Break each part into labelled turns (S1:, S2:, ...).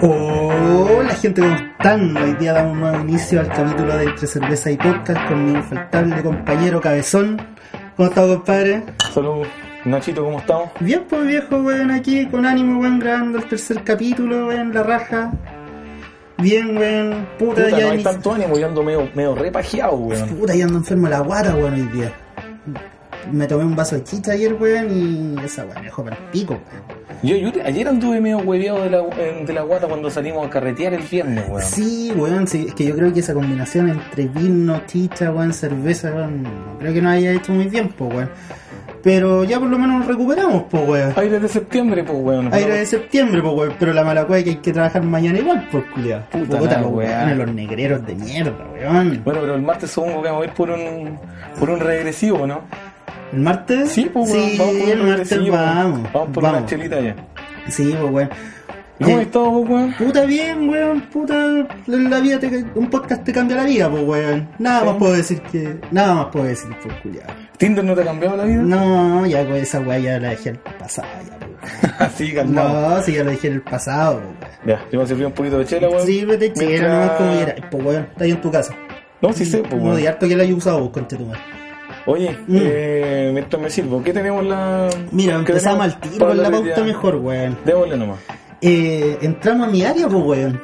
S1: Hola gente, ¿cómo están? Hoy día damos un nuevo inicio al capítulo de Entre Cerveza y Podcast con mi infaltable compañero Cabezón. ¿Cómo estás, compadre?
S2: Salud, Nachito, ¿cómo estamos?
S1: Bien, pues viejo, weón, aquí con ánimo, weón, grabando el tercer capítulo, weón, la raja. Bien, weón, puta,
S2: Puta,
S1: ya
S2: no hay
S1: ni-
S2: tanto ánimo, yo ando medio, medio repajeado, weón.
S1: Puta, ya ando enfermo la guata, weón, hoy día. Me tomé un vaso de chicha ayer, weón, y esa weón me dejó para el pico, weón.
S2: Yo, yo te- ayer anduve medio hueveado de la, en- de la guata cuando salimos a carretear el viernes, weón.
S1: Sí, weón, sí, es que yo creo que esa combinación entre vino, chicha, weón, cerveza, weón, no creo que no haya hecho muy bien, po, weón. Pero ya por lo menos nos recuperamos, po, weón.
S2: Aire de septiembre, pues, weón.
S1: Aire de septiembre, po, weón, pero la mala weón que hay que trabajar mañana igual, por culiao.
S2: Puta la
S1: los
S2: weá.
S1: weones, los negreros de mierda, weón.
S2: Bueno, pero el martes supongo que vamos a ir por un, por un regresivo, ¿no?
S1: ¿El martes?
S2: Sí, pues, weón,
S1: sí,
S2: vamos por
S1: el
S2: un
S1: martes
S2: regresivo.
S1: vamos.
S2: Vamos por
S1: vamos.
S2: una chelita ya.
S1: Sí, po, weón.
S2: ¿Y ¿Cómo
S1: Eh,
S2: estás, vos, weón?
S1: Puta bien, weón, puta, la- la vida te, un podcast te cambia la vida, pues weón. Nada
S2: Sí.
S1: más puedo decir que, nada más puedo decir, pues culiado.
S2: ¿Tinder no te ha cambiado la vida?
S1: No, ya con esa weá ya la dejé en el pasado, ya, po, weón.
S2: Así, Ah, calmado.
S1: No, sí, ya la dejé en el pasado, pues, po, weón.
S2: Ya, yo me serví un poquito de chela, weón.
S1: Sírvete chela
S2: Mientras-
S1: nomás como quieras, pues weón, está ahí en tu casa.
S2: No, sí sé, pues,
S1: No,
S2: weón.
S1: de harto que la hayas usado, vos, conche tu madre.
S2: Oye,
S1: Mm.
S2: eh, mientras me sirvo, ¿qué tenemos la.
S1: Mira,
S2: qué
S1: empezamos
S2: tenemos
S1: al tiro
S2: para
S1: con la
S2: hablar hoy
S1: pauta
S2: día?
S1: mejor, weón.
S2: Démosle nomás.
S1: Eh, entramos a mi área, pues weón.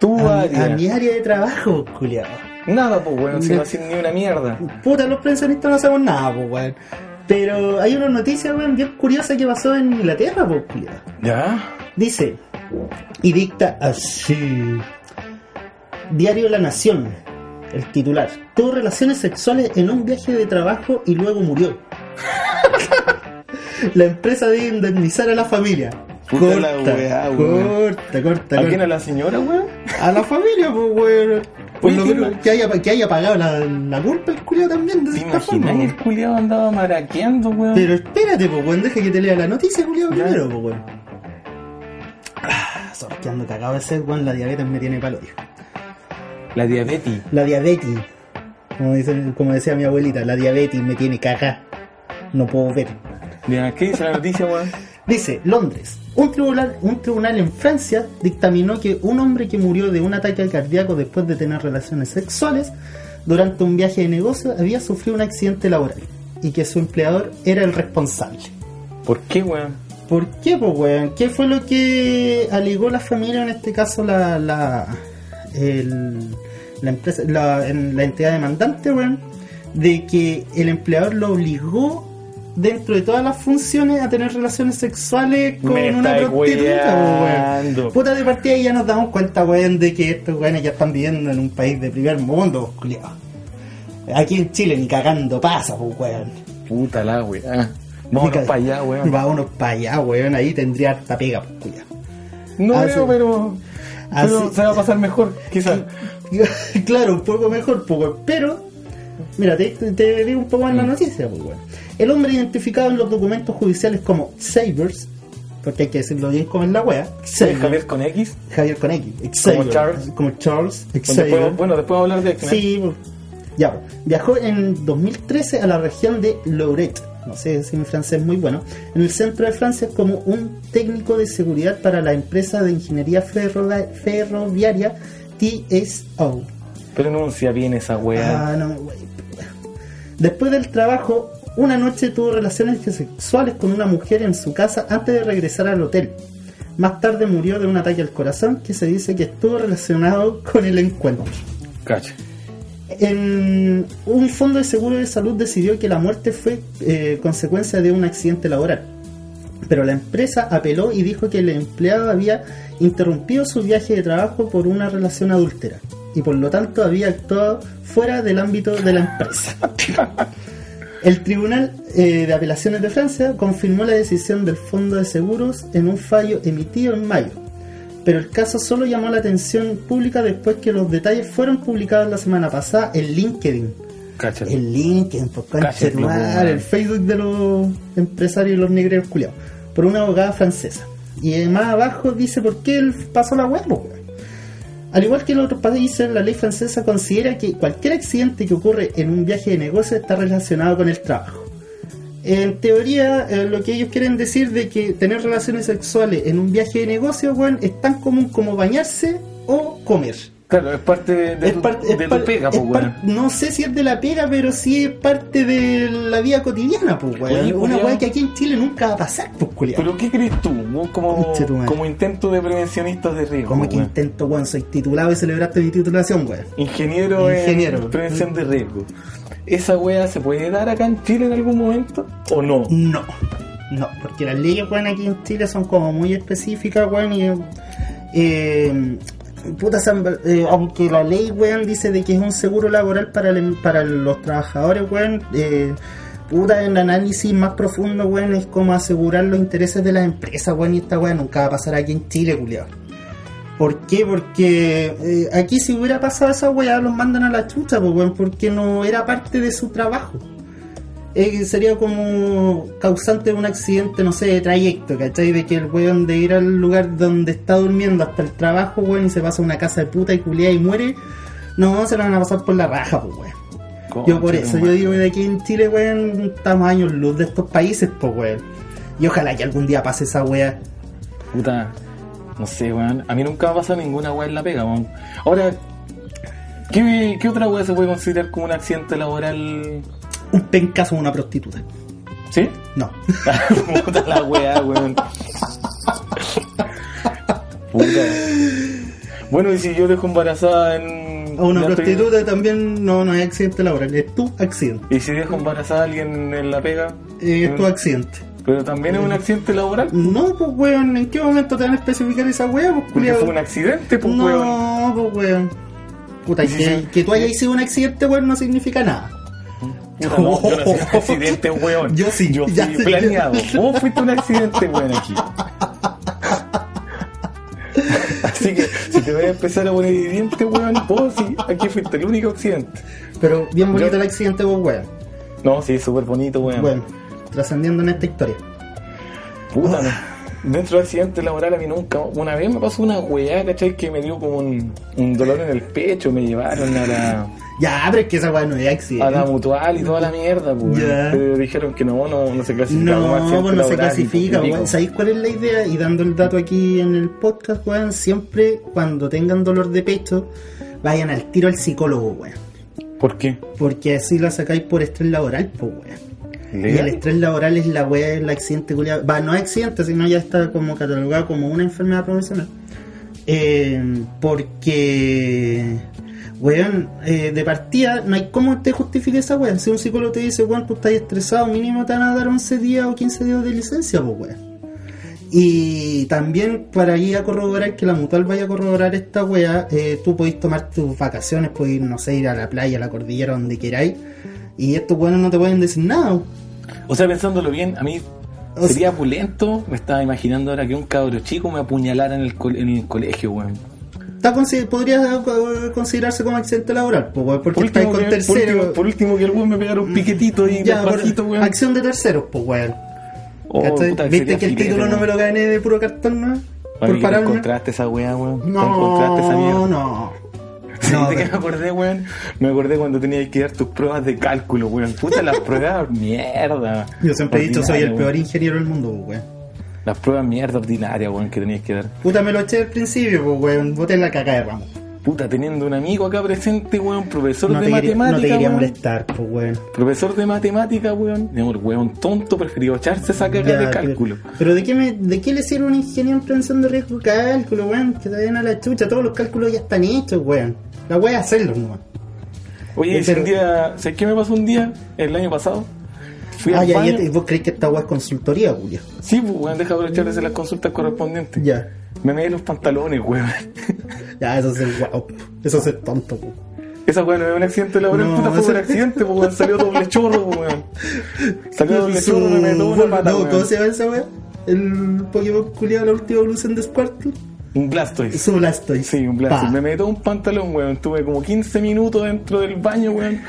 S2: Tú,
S1: A, mi-
S2: área.
S1: a mi área de trabajo, pues, culiado.
S2: Nada, pues, weón, si
S1: No.
S2: no hacen ni una mierda.
S1: Puta, los pensionistas no hacemos nada, pues, weón. Pero hay una noticia, weón, bien curiosa que pasó en Inglaterra, pues, culiao.
S2: ¿Ya?
S1: Dice, y dicta así. Diario La Nación, el titular. Tuvo relaciones sexuales en un viaje de trabajo y luego murió. la empresa debe indemnizar a la familia.
S2: Puta la weá, weón.
S1: corta, corta,
S2: ¿A
S1: corta.
S2: quién a la señora, weón?
S1: A la familia, pues, weón. Por
S2: Oye,
S1: lo
S2: ¿te
S1: menos
S2: ima-
S1: que haya, que haya pagado la, la culpa el culiao también, de
S2: ¿Te
S1: cierta forma.
S2: imaginas?
S1: weón.
S2: El culiado andaba maraqueando, weón.
S1: Pero espérate, pues, weón, deja que te lea la noticia, culiao,
S2: Ya.
S1: primero, pues, weón. Ah, sorteando cagado de ser, weón, la diabetes me tiene palo, tío.
S2: La diabetes.
S1: La diabetes, como, dice- como decía mi abuelita, la diabetes me tiene cagá. No puedo ver.
S2: Ya, ¿Qué dice la noticia, weón?
S1: Dice, Londres. Un tribunal, un tribunal en Francia dictaminó que un hombre que murió de un ataque cardíaco después de tener relaciones sexuales durante un viaje de negocio había sufrido un accidente laboral y que su empleador era el responsable.
S2: ¿Por qué, weón?
S1: ¿Por qué, pues, weón? ¿Qué fue lo que alegó la familia, en este caso la, la, el- la empresa, la, en- la entidad demandante, weón? De que el empleador lo obligó dentro de todas las funciones a tener relaciones sexuales con
S2: Me
S1: una
S2: estáis
S1: prostituta, pues, weón.
S2: weando.
S1: Puta de partida y ya nos damos cuenta, weón, de que estos weones ya están viviendo en un país de primer mundo, culiao. Aquí en Chile ni cagando pasa, pues, weón.
S2: Puta la weá. Vámonos para allá, weón.
S1: Vámonos para allá, weón. Ahí tendría harta pega, pues, culiao.
S2: No
S1: Ah,
S2: veo,
S1: sí.
S2: pero.
S1: Ah,
S2: pero
S1: sí.
S2: se va a pasar mejor, quizás.
S1: claro, un poco mejor, poco, pero mira, te, te- te digo un poco
S2: Mm.
S1: más la noticia, pues, bueno. El hombre identificado en los documentos judiciales como Sabers, porque hay que decirlo bien como en la wea, Xavier,
S2: Javier con X.
S1: Javier con X, Xavier,
S2: Charles.
S1: como Charles,
S2: Bueno,
S1: Xavier.
S2: después- bueno, después vamos a hablar de X.
S1: Sí, pues. ya, pues. viajó en 2013 a la región de Lorette, no sé si mi francés es muy bueno, en el centro de Francia como un técnico de seguridad para la empresa de ingeniería ferrola- ferroviaria TSO.
S2: Pero anuncia bien esa weá.
S1: Ah, no, güey. Después del trabajo, una noche tuvo relaciones sexuales con una mujer en su casa antes de regresar al hotel. Más tarde murió de un ataque al corazón que se dice que estuvo relacionado con el encuentro.
S2: Cacha.
S1: En un fondo de seguro de salud decidió que la muerte fue eh, consecuencia de un accidente laboral. Pero la empresa apeló y dijo que el empleado había interrumpido su viaje de trabajo por una relación adúltera y por lo tanto había actuado fuera del ámbito de la empresa. El Tribunal eh, de Apelaciones de Francia confirmó la decisión del Fondo de Seguros en un fallo emitido en mayo, pero el caso solo llamó la atención pública después que los detalles fueron publicados la semana pasada en LinkedIn.
S2: Cáchate.
S1: El LinkedIn, por
S2: Cáchate,
S1: conchetumar,
S2: weón.
S1: el Facebook de los empresarios y los negreros culiados, por una abogada francesa. Y eh, más abajo dice por qué él pasó la web, po, weón. Al igual que en otros países, la ley francesa considera que cualquier accidente que ocurre en un viaje de negocio está relacionado con el trabajo. En teoría, eh, lo que ellos quieren decir de que tener relaciones sexuales en un viaje de negocio, weón, es tan común como bañarse o comer.
S2: Claro, es parte de, de
S1: Es
S2: tu,
S1: par-
S2: de
S1: es
S2: tu
S1: par-
S2: pega,
S1: es
S2: pues,
S1: par-
S2: weón.
S1: No sé si es de la pega, pero sí es parte de la vida cotidiana, pues, weón.
S2: Oye,
S1: Una
S2: culiao.
S1: weá que aquí en Chile nunca va a pasar, pues, culiao.
S2: ¿Pero qué crees tú? Vos Como,
S1: Conche tu madre.
S2: como intento de prevencionistas de riesgo.
S1: Como que
S2: weón.
S1: intento, weón, soy titulado y celebraste mi titulación, weón.
S2: Ingeniero,
S1: Ingeniero.
S2: en prevención de riesgo. ¿Esa wea se puede dar acá en Chile en algún momento o no?
S1: No, no, porque las leyes, weón, aquí en Chile son como muy específicas, weón, y... eh, puta, se han- eh, aunque la ley, weón, dice de que es un seguro laboral para, el- para los trabajadores, weón, eh, puta, en análisis más profundo, weón, es como asegurar los intereses de las empresas, weón, y esta weón nunca va a pasar aquí en Chile, culiao. ¿Por qué? Porque eh, aquí si hubiera pasado esa weá los mandan a la chucha, pues, weón, porque no era parte de su trabajo. Eh, que sería como causante de un accidente, no sé, de trayecto, ¿cachai? De que el weón de ir al lugar donde está durmiendo hasta el trabajo, weón, y se pasa a una casa de puta y culea y muere, no, se la van a pasar por la raja, pues, weón.
S2: Oh,
S1: Yo por eso, yo digo, de aquí en Chile, weón, estamos años luz de estos países, pues, weón. Y ojalá que algún día pase esa weá.
S2: Puta, no sé, weón. A mí nunca me ha pasado ninguna weá en la pega, weón. Ahora, ¿qué, qué otra weá se puede considerar como un accidente laboral?
S1: Un pencazo de una prostituta.
S2: ¿Sí?
S1: No.
S2: Puta la weá, weón. Puta. Bueno, y si yo dejo embarazada en.
S1: A una
S2: ya estoy-
S1: prostituta también no, no es accidente laboral, es tu accidente.
S2: ¿Y si dejo embarazada a alguien en la pega?
S1: Eh, es tu accidente.
S2: Pero también es un accidente laboral.
S1: No, pues weón, ¿en qué momento te van a especificar esa weá, pues
S2: Porque
S1: culiao?
S2: fue un accidente, pues,
S1: No,
S2: weón.
S1: pues weón. Puta,
S2: Y si
S1: que,
S2: se-
S1: que tú hayas sido un accidente, weón, no significa nada.
S2: Puta, no, yo no soy un accidente, weón.
S1: Yo sí,
S2: yo
S1: ya
S2: fui
S1: sé.
S2: planeado. Vos fuiste un accidente, weón, aquí. Así que si te voy a empezar a poner dientes, weón, vos sí, aquí fuiste el único accidente.
S1: Pero bien bonito
S2: Yo-
S1: el accidente, pues weón.
S2: No, sí, súper bonito, weón.
S1: Bueno, Ah. trascendiendo en esta historia.
S2: Puta, no. Dentro de accidente laboral a mí nunca. Una vez me pasó una weá, ¿cachai? Que me dio como un, un dolor en el pecho, me llevaron a la.
S1: Ya, pero es que esa weá no es
S2: a
S1: accidente.
S2: la mutual y toda la mierda, pues.
S1: Ya.
S2: Pero dijeron que no, no, no se clasifica como
S1: No,
S2: accidente
S1: pues no se
S2: laboral,
S1: clasifica,
S2: pico.
S1: weón. ¿Sabéis cuál es la idea? Y dando el dato aquí en el podcast, weón, siempre cuando tengan dolor de pecho, vayan al tiro al psicólogo, weón.
S2: ¿Por qué?
S1: Porque así la sacáis por estrés laboral, pues weón. Y el estrés laboral es la weá, el accidente culiado. Va, no es accidente, sino ya está como catalogado como una enfermedad profesional. Eh, porque, weón, eh, de partida, no hay cómo te justifique esa weá. Si un psicólogo te dice, weón, tú estás estresado, mínimo te van a dar 11 días o 15 días de licencia, pues weón. Y también para ir a corroborar que la mutual vaya a corroborar esta weá, eh, tú podéis tomar tus vacaciones, podéis, no sé, ir a la playa, a la cordillera, donde queráis. Y estos weones no te pueden decir nada.
S2: O sea, pensándolo bien, a mí
S1: O sea-
S2: sería opulento. Me estaba imaginando ahora que un cabro chico me apuñalara en el, col- en el colegio, weón.
S1: Está consi- podría eh, considerarse como accidente laboral, po, weón, porque estáis con
S2: que, por último-
S1: tercero. Mm.
S2: por último que el weón me pegara un piquetito y
S1: Ya, por-
S2: despacito, weón.
S1: acción de terceros, pues weón.
S2: Oh,
S1: ¿Cachai?
S2: puta,
S1: ¿Viste
S2: sería
S1: que el
S2: filete,
S1: título no
S2: weón.
S1: me lo gané de puro cartón, no?
S2: Oye,
S1: Por
S2: que no
S1: pararme.
S2: encontraste esa weá, weón. encontraste esa mierda.
S1: No, no.
S2: Sí,
S1: No,
S2: ¿de qué
S1: pero-
S2: me acordé, weón? Me acordé cuando tenías que dar tus pruebas de cálculo, weón. Puta, las pruebas mierda.
S1: Yo siempre he dicho, soy el
S2: Ordinaria,
S1: peor
S2: weón.
S1: ingeniero del mundo, po, weón.
S2: Las pruebas mierda ordinarias, weón, que tenías que dar.
S1: Puta, me lo eché al principio, pues weón. Boté la caca de ramo.
S2: Puta, teniendo un amigo acá presente, weón, profesor
S1: No
S2: de
S1: te, quería,
S2: matemática.
S1: no te quería
S2: weón.
S1: molestar, pues weón.
S2: Profesor de matemática, weón. Mi amor, weón tonto, prefirió echarse esa caga
S1: Ya,
S2: de
S1: pero-
S2: cálculo.
S1: Pero, ¿de, qué me- ¿de qué le sirve un ingeniero en prevención de riesgo cálculo, weón? Que te den a la chucha, todos los cálculos ya están hechos, weón. La weón es hacerlos, nomás.
S2: Oye,
S1: Ya,
S2: ese
S1: eh, pero-
S2: día, ¿sabes qué me pasó un día? El año pasado. Fui
S1: ah,
S2: al
S1: ya,
S2: baño.
S1: ya te- vos crees que esta weá es consultoría, Julia.
S2: Sí, pues, weón, deja aprovechar de hacer las consultas correspondientes.
S1: Ya.
S2: Me meé los pantalones, weón.
S1: Ya, eso es el guau. Eso es el tonto, po.
S2: Esa weón no es un accidente laboral,
S1: No,
S2: puta, fue
S1: eso-
S2: un accidente, pues, weón. Salió doble chorro, pues, weón. Salió doble
S1: Su-
S2: chorro, me meé toda una pata,
S1: no, ¿cómo
S2: weón.
S1: se llama esa weá? El Pokémon culiado, la última evolución de Squirtle.
S2: Un Blastoise.
S1: Su Blastoise.
S2: Sí, un Blastoise.
S1: Pa.
S2: Me meto un pantalón, weón. Tuve como 15 minutos dentro del baño, weón.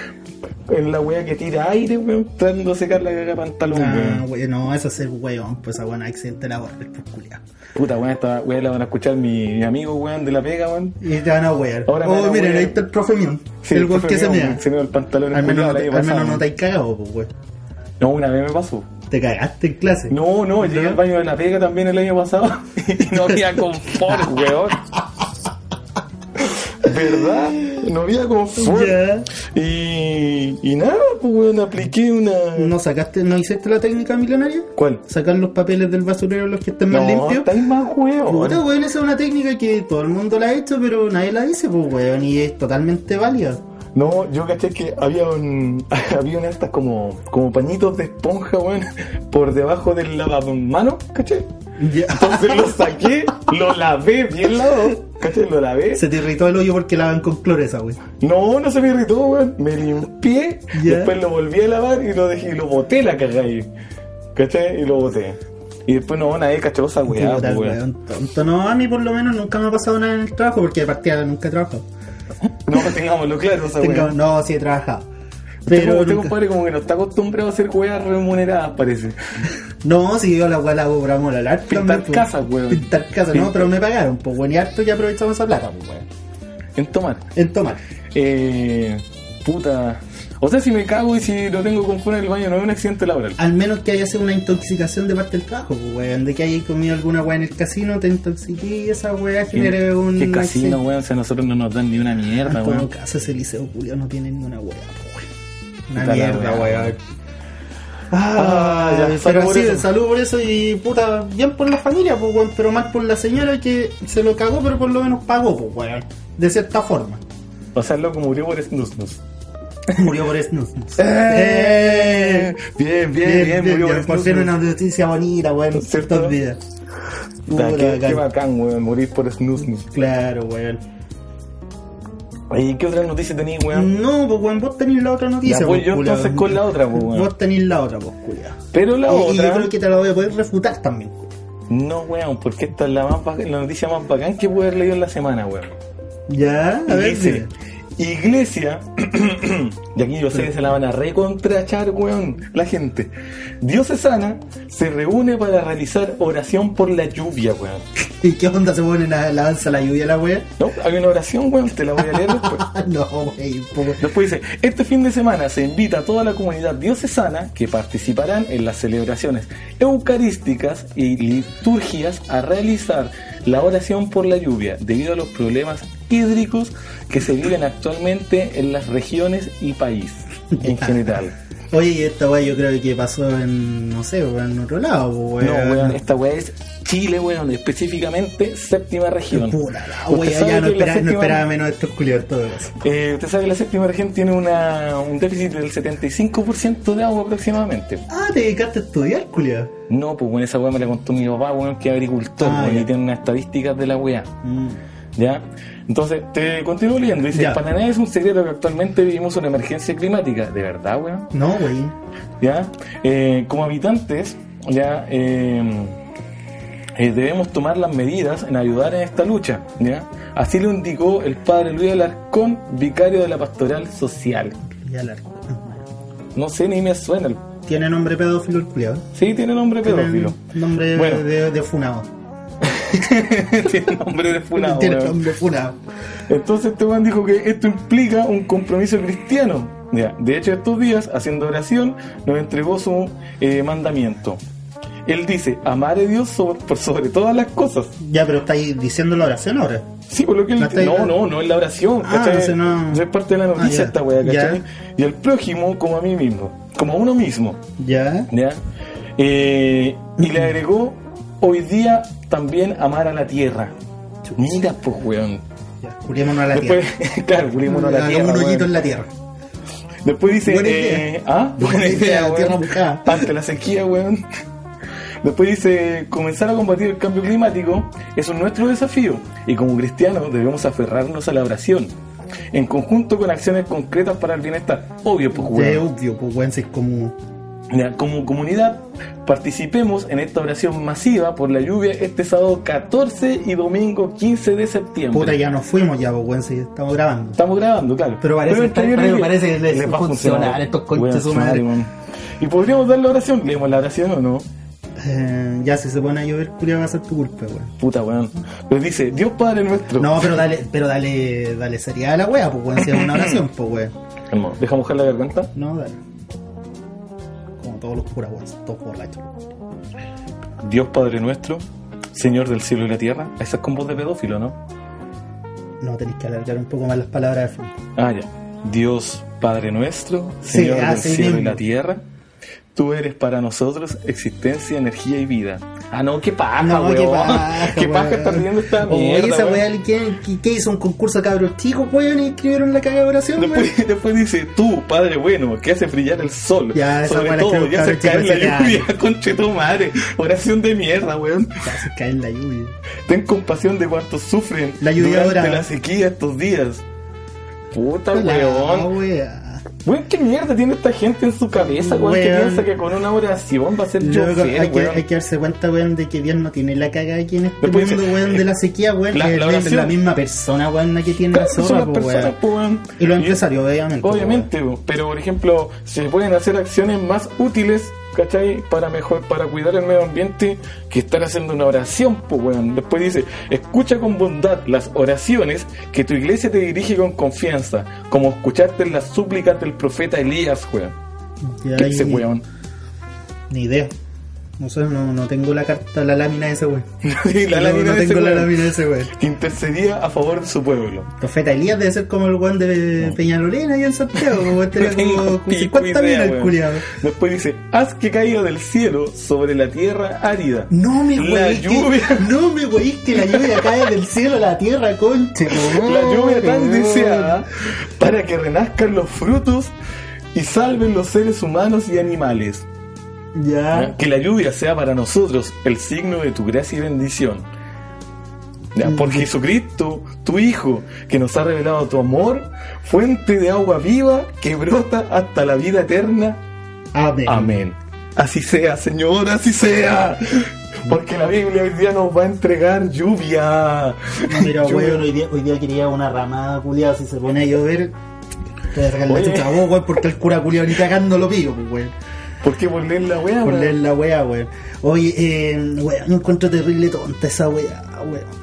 S2: En la weá que tira aire, weón. Tratando de secar la caga de pantalón,
S1: Ah,
S2: weón.
S1: wey, no, eso es el weón, pues esa buena accidente laboral, pues culiado.
S2: Puta, weón, esta weá la van a escuchar mi, mi amigo, weón, de la pega, weón.
S1: Y te van a wear.
S2: Ahora me van
S1: Oh,
S2: a
S1: miren,
S2: wear.
S1: ahí está el profe mío.
S2: Sí,
S1: el weón
S2: profe
S1: que se
S2: mío,
S1: mea.
S2: Se meó el pantalón.
S1: Al menos, no
S2: culiao el
S1: te,
S2: año
S1: al menos
S2: pasado.
S1: no te has cagado, pues weón.
S2: No, una vez me pasó.
S1: Te cagaste en clase.
S2: No, no, llegué al baño de la pega también el año pasado y no había confort, weón. ¿Verdad? No había confort.
S1: Ya.
S2: Y, y nada, pues weón, apliqué una.
S1: ¿No sacaste, no hiciste la técnica milenaria?
S2: ¿Cuál?
S1: Sacar los papeles del basurero los que estén más
S2: No,
S1: limpios.
S2: estáis más
S1: Puta,
S2: weón.
S1: weón, esa es una técnica que todo el mundo la ha hecho, pero nadie la dice, pues, weón, y es totalmente válida.
S2: No, yo caché que había un. Había unas estas como. como pañitos de esponja, weón, por debajo del lavamano, caché. Entonces lo saqué, lo lavé bien lavado, caché, lo lavé.
S1: Se te irritó el hoyo porque lavan con cloro esa, weón.
S2: No, no se me irritó, weón. Me limpié,
S1: Ya.
S2: después lo volví a lavar y lo dejé y lo boté la cagada ahí. ¿Cachai? Y lo boté. Y después no, nadie cachó esa weá,
S1: Puta,
S2: pues, weón.
S1: weón, tonto. No, a mí por lo menos nunca me ha pasado nada en el trabajo, porque de partida nunca he trabajado.
S2: No, tengámoslo claro, esa
S1: Tengo-
S2: weá.
S1: no, sí he trabajado.
S2: Pero
S1: Pero
S2: este
S1: nunca-
S2: compadre como que no está acostumbrado a hacer weas remuneradas, parece.
S1: No, si yo la weá la hago por amor al arte.
S2: Pintar
S1: también, pues.
S2: casas, weón.
S1: Pintar casas, no,
S2: Pintar.
S1: pero me pagaron, pues weón, y harto que aprovechamos esa plata, pues weón.
S2: En tomar.
S1: En tomar.
S2: Eh. Puta. O sea, si me cago y si lo tengo con fuera del baño, no es un accidente laboral.
S1: Al menos que haya sido una intoxicación de parte del trabajo, pues weón, de que hayas comido alguna weá en el casino, te intoxiqué y esa weá genere Ah, un.
S2: Qué casino,
S1: accidente. Ah,
S2: weón. O sea, nosotros no nos dan ni una mierda,
S1: Como
S2: weón.
S1: casa ese liceo culiao no tiene ninguna weá, pues, weón. Una
S2: Puta la
S1: mierda,
S2: weá.
S1: weón. Ah,
S2: ya,
S1: pero
S2: salud por
S1: sí,
S2: eso.
S1: salud por eso y puta, bien por la familia, pues weón, pero mal por la señora que se lo cagó, pero por lo menos pagó, pues weón. De cierta forma.
S2: O sea, el loco murió por snusnus.
S1: Murió por snus.
S2: Eh, bien, bien, bien, murió por
S1: por
S2: snus,
S1: ser
S2: snus.
S1: una noticia bonita, weón,
S2: ¿Cierto?
S1: ciertos días. Pura
S2: Puta, qué, qué
S1: bacán.
S2: bacán, weón, morir por snus.
S1: Claro, weón.
S2: Oye, ¿qué otra noticia tenéis, weón?
S1: No, pues weón, vos tenés la otra noticia.
S2: Ya, pues,
S1: pues,
S2: yo
S1: culiao.
S2: entonces con la otra, pues, weón.
S1: Vos tenés la otra, pues culiao.
S2: Pero la
S1: Y- Y yo
S2: otra.
S1: creo que te la voy a poder refutar también.
S2: No, weón, porque esta es la, más bac- la noticia más bacán que pude haber leído en la semana, weón.
S1: Ya, a ver.
S2: Dice,
S1: dime.
S2: Iglesia, y aquí yo sé que se la van a recontrachar, weón, la gente. Diocesana se reúne para realizar oración por la lluvia, weón.
S1: ¿Y qué onda se ponen a la danza la lluvia la wea?
S2: No, hay una oración, weón, te la voy a leer después.
S1: Ah, no, wey, po, wey.
S2: Después dice, este fin de semana se invita a toda la comunidad diocesana que participarán en las celebraciones eucarísticas y liturgias a realizar la oración por la lluvia debido a los problemas hídricos que se viven actualmente en las regiones y país en general.
S1: Oye, y esta wea yo creo que pasó en, no sé, en otro lado, po,
S2: No, weón,
S1: weón.
S2: esta weá es Chile, weón, específicamente séptima región.
S1: Puta la
S2: Usted
S1: wea,
S2: sabe
S1: ya no
S2: que la
S1: esperaba, no
S2: séptima-
S1: esperaba menos de estos culiados todos.
S2: Eh, usted sabe que la séptima región tiene una- un déficit del 75% de agua aproximadamente.
S1: Ah, te dedicaste a estudiar, culiado.
S2: No, pues bueno, esa weá me la contó mi papá, weón, que es agricultor,
S1: Ah,
S2: weón,
S1: ya.
S2: y tiene unas estadísticas de la weá. ¿Ya? Entonces, te continúo leyendo. Dice,
S1: Ya.
S2: para nadie es un secreto que actualmente vivimos una emergencia climática. ¿De verdad, weón?
S1: No, wey.
S2: ¿Ya? Eh, como habitantes, ya, eh, eh, debemos tomar las medidas en ayudar en esta lucha, ¿ya? Así lo indicó el padre Luis Alarcón, vicario de la Pastoral Social.
S1: Ya la...
S2: No sé, ni me suena. el-
S1: Tiene nombre pedófilo el culiado.
S2: Sí, tiene nombre pedófilo.
S1: Nombre
S2: Bueno.
S1: de, de funado.
S2: tiene nombre de funado,
S1: Tiene
S2: weón.
S1: nombre funado.
S2: Entonces este weón dijo que esto implica un compromiso cristiano. Ya, de hecho, estos días, haciendo oración, nos entregó su eh, mandamiento. Él dice, amar a Dios so- por sobre todas las cosas.
S1: Ya, pero estáis diciendo la oración ahora.
S2: Sí, por lo que él
S1: No
S2: dice,
S1: está
S2: no,
S1: ahí-
S2: no, no es la oración,
S1: Ah,
S2: ¿cachai?
S1: no sé, no.
S2: es parte de la noticia
S1: Ah, ya.
S2: esta weá, ¿cachai?
S1: Ya.
S2: Y al prójimo como a mí mismo, como a uno mismo,
S1: Ya.
S2: ¿ya? Eh, y le agregó, hoy día también amar a la tierra. Mira, pues, weón.
S1: ya. Curiémonos a la
S2: Después,
S1: tierra.
S2: claro, pulimos a la
S1: Hagamos
S2: tierra.
S1: un
S2: weón.
S1: hoyito en la tierra.
S2: Después dice.
S1: Buena
S2: eh,
S1: idea.
S2: ¿Ah?
S1: Buena idea,
S2: weón.
S1: tierra mojada.
S2: Ante la sequía, weón. Después dice, comenzar a combatir el cambio climático es un nuestro desafío y como cristianos debemos aferrarnos a la oración, en conjunto con acciones concretas para el bienestar. Obvio, pues,
S1: Ya es
S2: weón.
S1: obvio, pues weón, si es como.
S2: Ya, Como comunidad, participemos en esta oración masiva por la lluvia este sábado 14 y domingo 15 de septiembre.
S1: Puta, ya nos fuimos ya, pues weón, si estamos grabando.
S2: Estamos grabando, claro.
S1: Pero parece-
S2: está bien
S1: pero
S2: que-
S1: parece que les
S2: va a
S1: funcionar estos conches
S2: Weón,
S1: su madre.
S2: weón. Y podríamos dar la oración. ¿Leemos la oración o no?
S1: Eh, ya, si se pone a llover, culiao, va a ser tu culpa, weón.
S2: Puta, weón. Pero dice, Dios Padre nuestro.
S1: No, pero dale, pero dale, dale seriedad a la wea, pues weón, si es una oración, pues weón.
S2: Calma, Deja mojar la garganta.
S1: No, dale. Como todos los curas, weón, todos borrachos.
S2: Dios Padre nuestro, Señor del cielo y la tierra. Ah, Esa es con voz de pedófilo, ¿no?
S1: No, tenéis que alargar un poco más las palabras de fondo.
S2: Ah, ya. Dios Padre nuestro,
S1: Sí,
S2: Señor del
S1: así
S2: cielo y
S1: mismo.
S2: la tierra. Tú eres para nosotros existencia, energía y vida. Ah, no, qué paja, weón.
S1: qué paja,
S2: Qué paja
S1: weón.
S2: estar leyendo esta
S1: Oye,
S2: mierda,
S1: esa
S2: weón.
S1: weá, ¿quién- qué, qué hizo? ¿Un concurso de cabros chicos, weón? Y escribieron la cagada de oración, weón.
S2: Después, después dice, tú, padre bueno, que hace brillar el sol.
S1: Ya, esa
S2: sobre
S1: buena
S2: todo,
S1: creo que
S2: y hace
S1: ahora
S2: caer
S1: chicos
S2: la
S1: se
S2: lluvia, conche tu madre. Oración de mierda, weón.
S1: Se hace caer la lluvia.
S2: Ten compasión de cuantos sufren
S1: La lluvia
S2: durante
S1: ahora.
S2: la sequía estos días. Puta,
S1: La
S2: weón.
S1: wea.
S2: Weón, qué mierda tiene esta gente en su cabeza, weón, que
S1: Weón.
S2: piensa que con una oración va a ser yo
S1: Luego,
S2: fiel,
S1: hay, que,
S2: weón.
S1: hay que darse cuenta, weón, de que Dios no tiene la caga aquí en este
S2: Después
S1: mundo,
S2: dice,
S1: weón, de la sequía, weón.
S2: la-
S1: que
S2: la
S1: es
S2: oración.
S1: la misma persona, weón, la que tiene la
S2: Claro, son
S1: zorra,
S2: las
S1: pues,
S2: personas,
S1: weón.
S2: pues, weón.
S1: Y los
S2: Y-
S1: empresarios, obviamente. pues,
S2: Obviamente, po, pero por ejemplo, se pueden hacer acciones más útiles, ¿cachai? Para mejor, para cuidar el medio ambiente que estar haciendo una oración, pues weón. Después dice, escucha con bondad las oraciones que tu iglesia te dirige con confianza, como escucharte las súplicas del profeta Elías, weón.
S1: weón.
S2: ¿Qué
S1: Ya,
S2: ese
S1: y-
S2: weón?
S1: Ni idea. No sé, no, no tengo la carta, la lámina de ese weón.
S2: Y la
S1: No,
S2: lámina
S1: no
S2: de ese
S1: tengo la
S2: weón
S1: lámina de ese weón.
S2: Que intercedía a favor de su pueblo.
S1: Profeta Elías debe ser como el weón de Peñalolina ahí en Santiago, weón. Tenía
S2: No tengo
S1: como
S2: pico
S1: 50
S2: idea,
S1: minas el
S2: weón.
S1: culiado.
S2: Después dice, haz que caiga del cielo sobre la tierra árida.
S1: No me
S2: La
S1: weís. que-
S2: lluvia.
S1: No me weís que la lluvia cae del cielo a la tierra, conche. weón.
S2: la lluvia tan
S1: Oh, Weón.
S2: deseada para que renazcan los frutos y salven los seres humanos y animales.
S1: Ya.
S2: Que la lluvia sea para nosotros el signo de tu gracia y bendición. Ya,
S1: Mm.
S2: Por Jesucristo, tu Hijo, que nos ha revelado tu amor, fuente de agua viva que brota hasta la vida eterna.
S1: Amén.
S2: Amén. Así sea, Señor, así sea. Porque la Biblia hoy día nos va a entregar lluvia.
S1: Pero
S2: Lluvia.
S1: weón, hoy día, hoy día quería una ramada culiada. Si se pone a llover, te voy a sacar la
S2: Oye.
S1: chucha a vos, weón, porque el cura culiado ni cagando lo pido, pues, weón.
S2: ¿Por qué por leer la weá?
S1: Por
S2: Ah, weón?
S1: leer la weá, weón. Oye, eh, weón, encuentro terrible tonta esa weá, weón.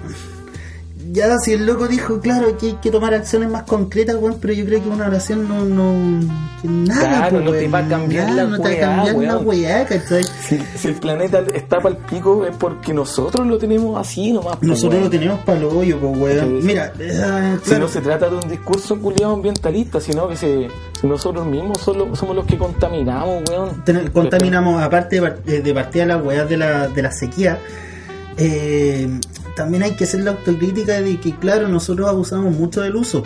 S1: Ya, si el loco dijo, claro, que hay que tomar acciones más concretas, weón, pero yo creo que una oración no. no que nada,
S2: Claro,
S1: pues,
S2: no te
S1: weón.
S2: va a cambiar
S1: Nada,
S2: la
S1: no te va a
S2: weá,
S1: cambiar la
S2: weón.
S1: weá, ¿cachai?
S2: Si, si el planeta está para el pico es porque nosotros lo tenemos así nomás. pues,
S1: Nosotros
S2: weón.
S1: lo tenemos para lo hoyo, pues, weón.
S2: Sí, sí.
S1: Mira, eh,
S2: Si
S1: claro,
S2: no se trata de un discurso culiado ambientalista, sino que se- si nosotros mismos solo- somos los que contaminamos, weón.
S1: ten- contaminamos, aparte de par- de, de partida de las weas de la, de la sequía, eh, también hay que hacer la autocrítica de que, claro, nosotros abusamos mucho del uso.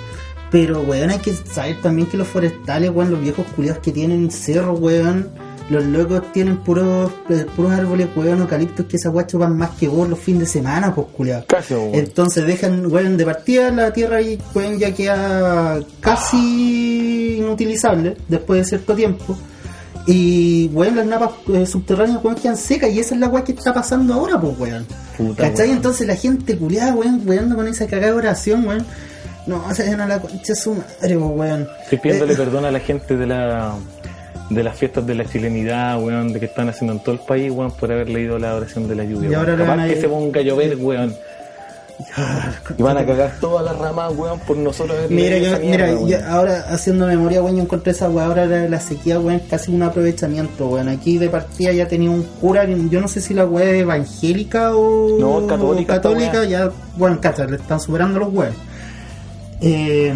S1: Pero, weón, hay que saber también que los forestales, weón, los viejos culiados que tienen cerros, weón, los locos tienen puros, eh, puros árboles, weón, eucaliptos que esas guachos van más que vos los fines de semana, pues, culiados.
S2: Casi, weón.
S1: Entonces dejan, weón, de partida la tierra y weón ya queda casi inutilizable después de cierto tiempo. Y, weón, las napas eh, subterráneas, weón, quedan secas y esa es la weá que está pasando ahora, pues, weón.
S2: Puta,
S1: ¿Cachai?
S2: weón.
S1: Entonces la gente culiada, weón, weando con esa cagada de oración, weón. No, se den a la concha de su madre, pues, weón.
S2: Estoy pidiéndole perdón a la gente de la de las fiestas de la chilenidad, weón, de que están haciendo en todo el país, weón, por haber leído la oración de la lluvia.
S1: Y
S2: weón.
S1: ahora le van
S2: Capaz
S1: a-
S2: que se ponga a llover, weón. Y van a cagar todas las ramas, weón, por nosotros haber
S1: Mira,
S2: leído
S1: yo,
S2: esa mierda,
S1: mira
S2: weón.
S1: yo ahora haciendo memoria, weón, yo encontré esa weá ahora de la sequía, weón, casi un aprovechamiento, weón. Aquí de partida ya tenía un cura, yo no sé si la weá es evangélica o
S2: No, católica, esta
S1: Oh, católica,
S2: weá.
S1: ya, bueno, cacha, le están superando los weones. Eh,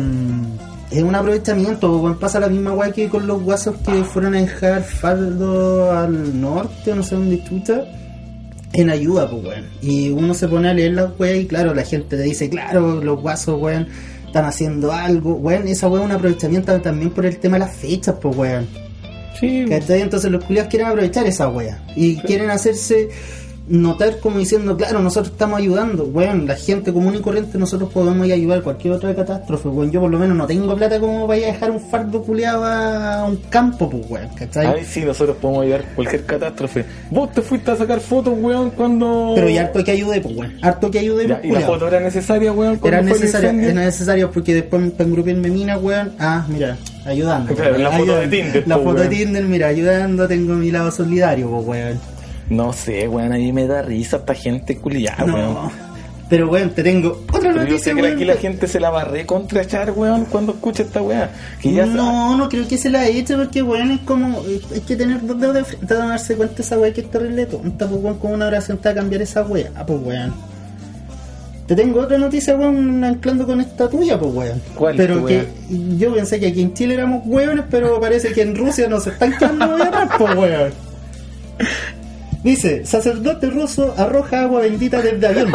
S1: es un aprovechamiento, weón, pasa la misma weá que con los guasos que fueron a dejar fardo al norte, no sé dónde chucha en ayuda, pues, weón. Y uno se pone a leer las weas y claro, la gente te dice, claro, los guasos, weón, están haciendo algo, weón, esa weón es un aprovechamiento también por el tema de las fechas, pues weón.
S2: Sí,
S1: ¿Cachai? Entonces los culiados quieren aprovechar esa wea. Y quieren hacerse notar como diciendo, claro, nosotros estamos ayudando. Weón, la gente común y corriente, nosotros podemos ir a ayudar a cualquier otra catástrofe. Weón, yo por lo menos no tengo plata como para ir a dejar un fardo culiado a un campo, pues weón, ¿cachai?
S2: Ahí sí, nosotros podemos ayudar cualquier catástrofe. Vos te fuiste a sacar fotos, weón, cuando.
S1: Pero ya harto que ayude, pues weón. Harto que ayude,
S2: Ya,
S1: pues,
S2: y la
S1: culiao.
S2: foto era necesaria, weón, cuando
S1: Era
S2: fue el
S1: necesario,
S2: incendio.
S1: era necesario porque después para engruparme mina, weón. Ah, mira, ayudando.
S2: Claro, la foto de
S1: ayudando.
S2: Tinder,
S1: La
S2: po,
S1: foto de
S2: weón.
S1: Tinder, mira, ayudando, tengo mi lado solidario, pues weón.
S2: No sé, weón, ahí me da risa esta gente culiada,
S1: No.
S2: weón.
S1: Pero weón, te tengo otra
S2: Pero yo sé
S1: noticia,
S2: que
S1: weón.
S2: aquí la gente se la va a recontrachar, weón, cuando escucha esta weá. Que ya
S1: No, no creo que se la eche porque weón es como. Hay que tener dos dedos de frente para darse cuenta de esa weá que es terrible tonta, pues weón, con una oración te va a cambiar esa weá, ah, pues weón. Te tengo otra noticia, weón, anclando con esta tuya, pues weón.
S2: ¿Cuál,
S1: Pero
S2: tu
S1: que yo pensé que aquí en Chile éramos weones, pero parece que en Rusia nos están quedando muy atrás, pues weón. Dice, sacerdote ruso arroja agua bendita desde avión.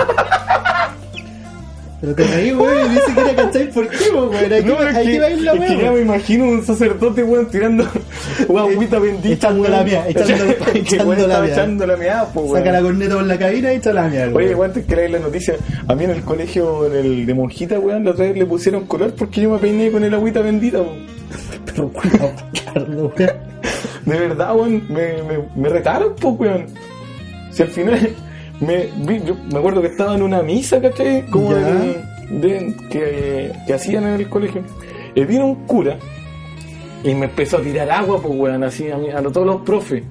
S1: Pero te reí, weón, y ni siquiera cacháis por qué, pues, weón. Aquí,
S2: No, pero es
S1: aquí
S2: que,
S1: va a ir la
S2: es que ya
S1: weá. pues.
S2: me imagino un sacerdote, weón, tirando guaguita bendita.
S1: echando
S2: weón.
S1: la mía, echando-
S2: Que,
S1: echando
S2: weón,
S1: la
S2: estaba
S1: mía.
S2: echando la mía, po, weón.
S1: Saca la corneta por la cabina y echa la mierda.
S2: Oye, weón, antes que leer la noticia, a mí en el colegio en el de monjita, weón, la otra vez le pusieron color porque yo me peiné con el agüita bendita, weón.
S1: pero weón, Carlos, weón.
S2: De verdad, weón, me, me, me retaron, pues, weón. Si al final me vi- yo me acuerdo que estaba en una misa, ¿cachai? Como
S1: Ya.
S2: de, de- que, que hacían en el colegio. Y vino un cura y me empezó a tirar agua, pues, weón, así a, mí, a todos los profes.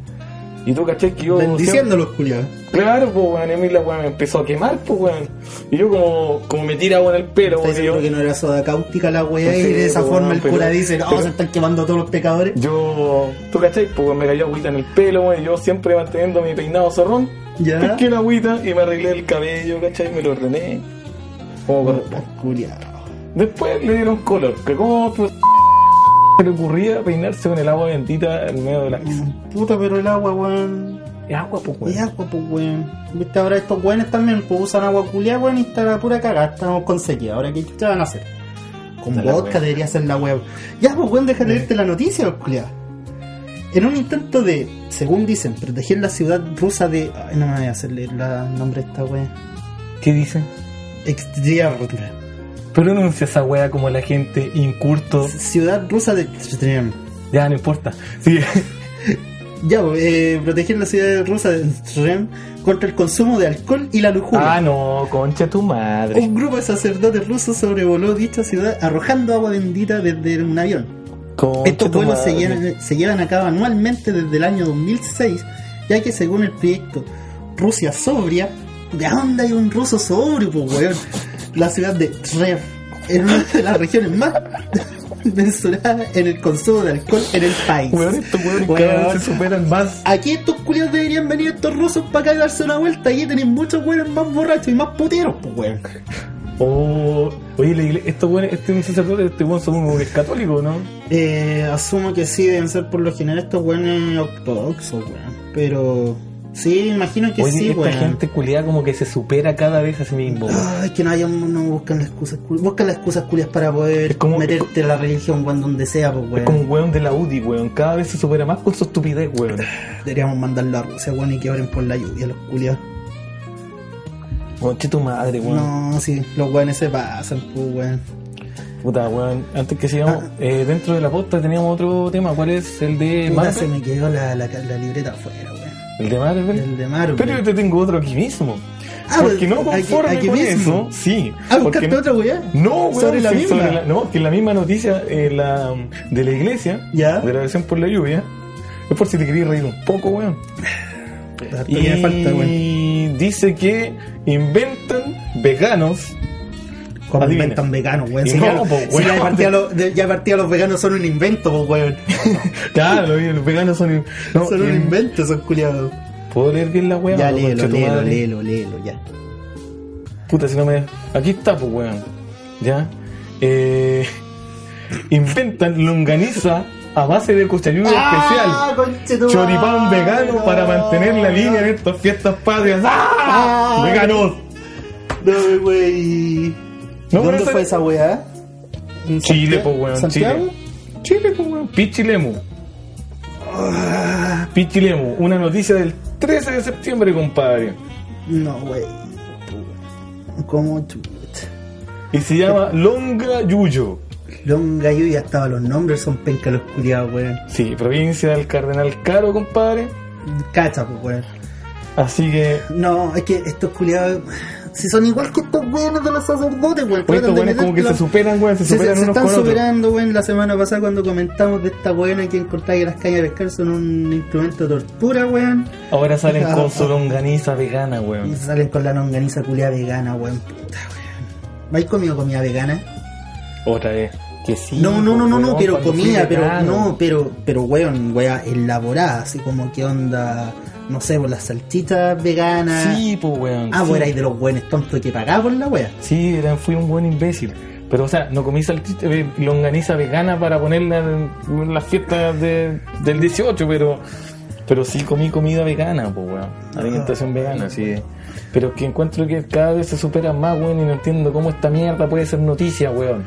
S2: Y tú, ¿cachai? Que yo...
S1: Bendiciendo los culiados.
S2: Claro, pues, weón, y a mí la weón me empezó a quemar, pues, weón. Y yo como, como me tira agua en el pelo,
S1: Estoy
S2: weón. y yo-
S1: seguro que no era soda cáustica la weá
S2: Sí,
S1: y de esa
S2: weón,
S1: forma el
S2: pero-
S1: cura dice, no,
S2: pero-
S1: se están quemando todos los pecadores.
S2: Yo, tú cachai, pues me cayó agüita en el pelo, güey, yo siempre manteniendo mi peinado zorrón.
S1: Ya.
S2: Pesqué la agüita y me arreglé el cabello, cachai, me lo ordené.
S1: Oh,
S2: Como corresponde.
S1: Culiado.
S2: Después le dieron color, que como pues, se le ocurría peinarse con el agua bendita en medio de la misa.
S1: Puta, pero el agua, weón.
S2: Es agua, pues, güey.
S1: Es agua, pues, weón. Viste, ahora estos weones también, pues, usan agua culiada, weón, y está la pura cagada. Estamos con sequía. Ahora, ¿qué te van a hacer? Con
S2: Está la
S1: vodka
S2: weá.
S1: debería ser la weón. Ya, pues, weón, deja de leerte la noticia, culiado. En un intento de, según dicen, proteger la ciudad rusa de. Ay, no me voy a hacer leer la nombre de esta weón.
S2: ¿Qué dicen?
S1: Extriarca.
S2: Pronuncia esa wea como la gente incurto.
S1: Ciudad rusa de Extriarca.
S2: Ya, no importa. Sí.
S1: Ya, pues, eh, proteger la ciudad rusa de Extriarca contra el consumo de alcohol y la lujuria.
S2: Ah, no, concha tu madre.
S1: Un grupo de sacerdotes rusos sobrevoló dicha ciudad arrojando agua bendita desde un avión.
S2: Concha
S1: Estos
S2: tu
S1: vuelos se
S2: madre.
S1: llevan, se llevan a cabo anualmente desde el año 2006, ya que según el proyecto Rusia Sobria, ¿de dónde hay un ruso sobrio, pues, weón? La ciudad de Trev es una de las regiones más mensuradas en el consumo de alcohol en el país.
S2: Weón, estos weones cada
S1: Weón,
S2: vez se superan más.
S1: Aquí estos culiados deberían venir estos rusos para acá y darse una vuelta. Aquí tienen muchos weones más borrachos y más puteros, pues, weón.
S2: Oh, oye, la igle- estos buenos, este un sacerdote, este buen supongo que es católico, ¿no?
S1: Eh, asumo que sí, deben ser por lo general estos weones ortodoxos, weón. Pero sí, imagino que
S2: Oye,
S1: sí,
S2: esta
S1: weón.
S2: gente culiada como que se supera cada vez a sí mismo. weón.
S1: Ay, que no hayan, no buscan las excusas, cul- buscan las excusas culias para poder
S2: Es como-
S1: meterte a la religión, weón, donde sea, pues, weón.
S2: Es como un weón de la UDI, weón. Cada vez se supera más con su estupidez, weón.
S1: Deberíamos mandarlo a Rusia, weón, y que oren por la lluvia, los culiados.
S2: Conche tu madre, weón.
S1: No, sí, los weones se pasan, pues, weón.
S2: Puta, weón. Antes que sigamos,
S1: Ah.
S2: eh, dentro de la posta teníamos otro tema. ¿Cuál es? El de
S1: Puta, se
S2: Marvel.
S1: me quedó la, la, la libreta afuera, weón.
S2: El de Marvel.
S1: El de Marvel.
S2: Pero yo te tengo otro aquí mismo.
S1: Ah,
S2: porque
S1: pero
S2: no
S1: aquí-
S2: conforme
S1: aquí
S2: con
S1: mismo.
S2: eso. Sí.
S1: Ah,
S2: porque
S1: buscaste
S2: no-
S1: otra weón.
S2: No, weón,
S1: Sobre la
S2: sí,
S1: misma.
S2: no, que la misma noticia eh, la, de la iglesia,
S1: Ya.
S2: de la oración por la lluvia, es por si te querías reír un poco, weón.
S1: Harto que
S2: Y
S1: me falta, weón.
S2: dice que inventan veganos.
S1: Como
S2: Adivina.
S1: inventan veganos, weón.
S2: Y
S1: Si
S2: no,
S1: ya, lo-
S2: pues,
S1: si ya de
S2: weón.
S1: partida lo- de- ya de partida los veganos son un invento, pues, weón.
S2: claro, oye, los veganos son. No,
S1: son un
S2: in-
S1: invento, son culiados.
S2: ¿Puedo leer bien la weá?
S1: Ya,
S2: o no,
S1: léelo,
S2: concha tu
S1: léelo,
S2: madre?
S1: léelo, léelo, ya.
S2: Puta, si no me. Aquí está, pues, weón. Ya. Eh, inventan longaniza a base de cochayuda
S1: ¡Ah!
S2: especial.
S1: especial.
S2: Choripán vegano para mantener la línea en estas fiestas patrias. ¡Ah!
S1: Ah,
S2: ¡Veganos!
S1: No, güey.
S2: No, pero
S1: ¿Dónde
S2: eso-
S1: fue esa weá? en
S2: Chile,
S1: Santiago-
S2: po, weón.
S1: ¿Santiago?
S2: Chile. Chile, po, weón. Pichilemu. Ah, Pichilemu. Una noticia del 13 de septiembre, compadre.
S1: No, wey. Como chuta.
S2: Y se llama Longa Yuyo.
S1: Longa yo ya estaba los nombres, son penca los culiados, weón.
S2: Sí, provincia del Cardenal Caro, compadre.
S1: Cacha, pues, weón.
S2: Así que.
S1: No, es que estos culiados. Si son igual que estos weones de los sacerdotes, weón.
S2: Oye, estos
S1: Tratan de
S2: weones como que
S1: meter-
S2: se superan, weón. Se
S1: Se,
S2: superan
S1: se
S2: unos
S1: están
S2: con otros.
S1: superando, weón. La semana pasada, cuando comentamos de esta weona que encontraba que las cañas de pescar son un instrumento de tortura, weón.
S2: Ahora salen
S1: Ah,
S2: con
S1: ah.
S2: su longaniza vegana,
S1: Y
S2: weón.
S1: salen con la longaniza culiada vegana, weón. Puta, weón. ¿Vais comido comida vegana?
S2: Otra vez. Que sí.
S1: No, no, no, no, no,
S2: weón,
S1: pero
S2: cuando fui
S1: comida, pero
S2: vegano.
S1: no, pero, pero weón, weá, elaborada, así como que onda, no sé, por las salchitas veganas.
S2: Sí, po, weón.
S1: ah,
S2: sí.
S1: bueno, y de los buenos tontos que pagaba por la wea.
S2: Sí, era, fui un buen imbécil. Pero, o sea, no comí salchicha, eh, longaniza vegana para ponerla en, en las fiestas de- del 18, pero pero sí comí comida vegana, pues, weón.
S1: Ah.
S2: Alimentación vegana, sí. Pero es que encuentro que cada vez se superan más, weón, y no entiendo cómo esta mierda puede ser noticia, weón.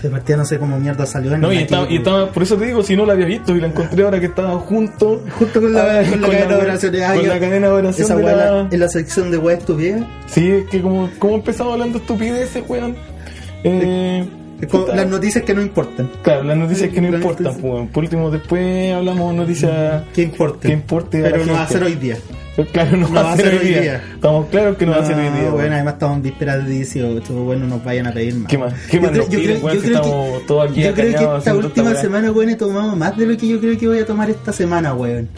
S1: De partida no sé cómo mierda salió en
S2: No,
S1: el
S2: y
S1: nativo,
S2: estaba, y
S1: weón.
S2: estaba- por eso te digo, si no la había visto y la encontré ahora que estaba junto.
S1: Justo con la,
S2: Ah,
S1: con la cadena de oraciones. ah,
S2: Con
S1: yo-
S2: la cadena de oración
S1: Esa
S2: de
S1: weá
S2: la-
S1: la- en la sección de weá estupidez.
S2: Sí, es que como, como empezamos hablando estupideces, weón. Eh,
S1: es como
S2: puta.
S1: Las noticias que no importan.
S2: Claro, las noticias que no
S1: Las
S2: importan,
S1: noticias.
S2: pues, Por último, después hablamos noticias.
S1: Que importan.
S2: Que importe a la
S1: Pero no va a
S2: gente.
S1: ser hoy día.
S2: Claro, no, va a ser hoy día. Estamos claros que no, va a ser hoy día.
S1: Ah, bueno,
S2: weón.
S1: además estamos en vísperas de 18, bueno, nos vayan a pedir más.
S2: ¿Qué más? ¿Qué más nos piden, weón, si estamos todos aquí
S1: yo creo que
S2: acañados
S1: esta
S2: haciendo esta
S1: última
S2: weá?
S1: semana, weón, he tomado más de lo que yo creo que voy a tomar esta semana, weón.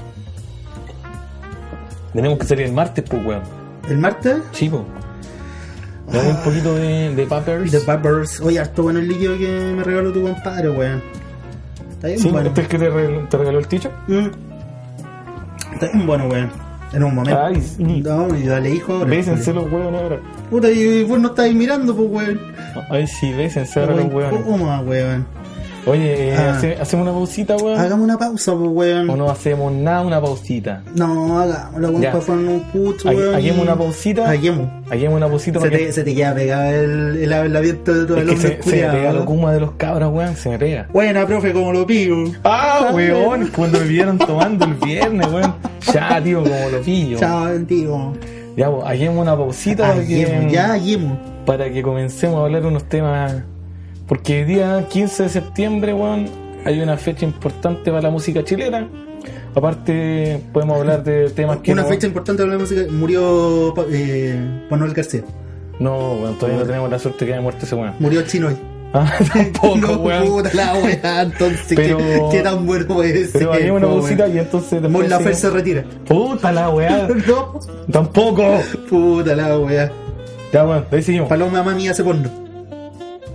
S2: Tenemos que salir el martes, pues, weón.
S1: ¿El martes?
S2: Sí, pues. Dame un poquito de, de Pappers.
S1: The Bubbers. Oye, harto bueno el líquido que me regaló tu compadre, weón. Está bien
S2: Sí,
S1: bueno.
S2: ¿Este es que te regaló, te regaló el ticho?
S1: Mm. Está bien bueno, weón. En un momento.
S2: Ay, sí.
S1: No, y dale hijo ahora.
S2: Bésense los weones ahora.
S1: Puta, y vos no estáis mirando, pues, weón.
S2: Ay, sí, bésense ahora los
S1: Weón,
S2: weones.
S1: ¿Cómo, weón?
S2: Oye, eh,
S1: Ah.
S2: hace- hacemos una pausita, weón.
S1: Hagamos una pausa, pues, weón.
S2: O no hacemos nada, una pausita.
S1: No, hagámoslo, weón,
S2: Ya.
S1: para formar un puto,
S2: Hagu-
S1: weón.
S2: Haguemos una pausita.
S1: Haguemos.
S2: Haguemos una pausita
S1: Se
S2: porque
S1: te, se te queda pegado el, el, el abierto de todo
S2: Es
S1: el
S2: que
S1: hombre
S2: se, se me
S1: culiao,
S2: pega
S1: ¿no?
S2: lo kuma de los cabras, weón, se me pega.
S1: Buena, profe, como lo pido.
S2: Ah, weón, cuando me vieron tomando el viernes, weón. Ya, tío, como lo pillo.
S1: Chao, tío.
S2: Ya, pues, hacemos una pausita para que,
S1: Hallemos, ya hallemos.
S2: para que comencemos a hablar unos temas. Porque el día 15 de septiembre, weón, hay una fecha importante para la música chilena. Aparte, podemos hablar de temas que
S1: Una
S2: no,
S1: fecha importante de la música. Murió pa- eh, Manuel García.
S2: No, weón, todavía no tenemos la suerte que haya muerto ese weón.
S1: Murió el chino hoy.
S2: Ah, tampoco,
S1: no,
S2: weón.
S1: puta la weá, entonces,
S2: Pero-
S1: ¿qué, qué tan bueno es?
S2: Pero
S1: que
S2: haríamos una
S1: fue,
S2: pausita
S1: weón?
S2: y entonces
S1: Mon
S2: después
S1: Laferte
S2: sí-
S1: se retira.
S2: Puta la weá.
S1: No,
S2: Tampoco.
S1: puta la weá.
S2: Ya, bueno, de ahí seguimos.
S1: Paloma, mami, hace porno.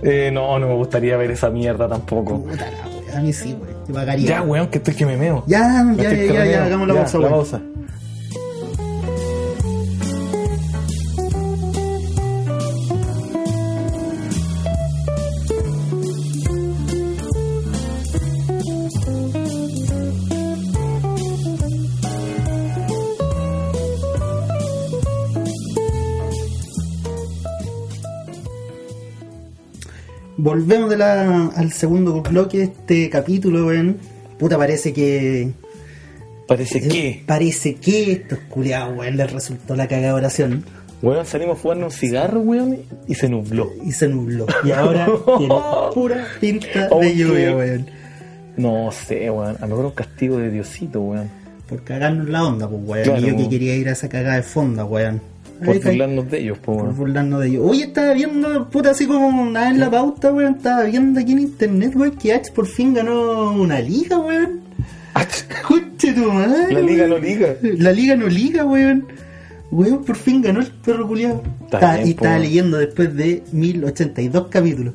S2: Eh, no, no me gustaría ver esa mierda tampoco.
S1: Puta la weá, a mí sí, weón. Te pagaría.
S2: Ya, weón, que estoy que me meo.
S1: Ya,
S2: Me
S1: ya,
S2: estoy
S1: ya, ya,
S2: carreando.
S1: ya, hagamos la pausa, weón.
S2: pausa.
S1: Volvemos de la, al segundo bloque de este capítulo, weón. Puta, parece que. eh,
S2: Parece que,
S1: Parece que estos culiados, weón, les resultó la cagada oración
S2: weón, salimos a fumarnos un cigarro, weón, y se nubló.
S1: y se nubló. Y ahora tiene pura pinta
S2: Ok.
S1: de lluvia, weón.
S2: No sé, weón, a lo mejor un castigo de Diosito, weón.
S1: Por cagarnos la onda, pues, weón.
S2: Claro,
S1: y yo
S2: weón.
S1: que quería ir a esa cagada de fondo, weón. Ahí
S2: Por
S1: está,
S2: burlarnos de ellos, po,
S1: Por
S2: weón.
S1: burlarnos de ellos. Oye, estaba viendo, puta, así como nada en la pauta, weón. Estaba viendo aquí en internet, weón, que H por fin ganó una liga, weón. Conche tu madre.
S2: La liga
S1: weón.
S2: no liga.
S1: La liga no liga, weón. Weón, por fin ganó el perro culiado.
S2: Está bien,
S1: y
S2: po,
S1: estaba
S2: weón.
S1: leyendo después de 1082 capítulos.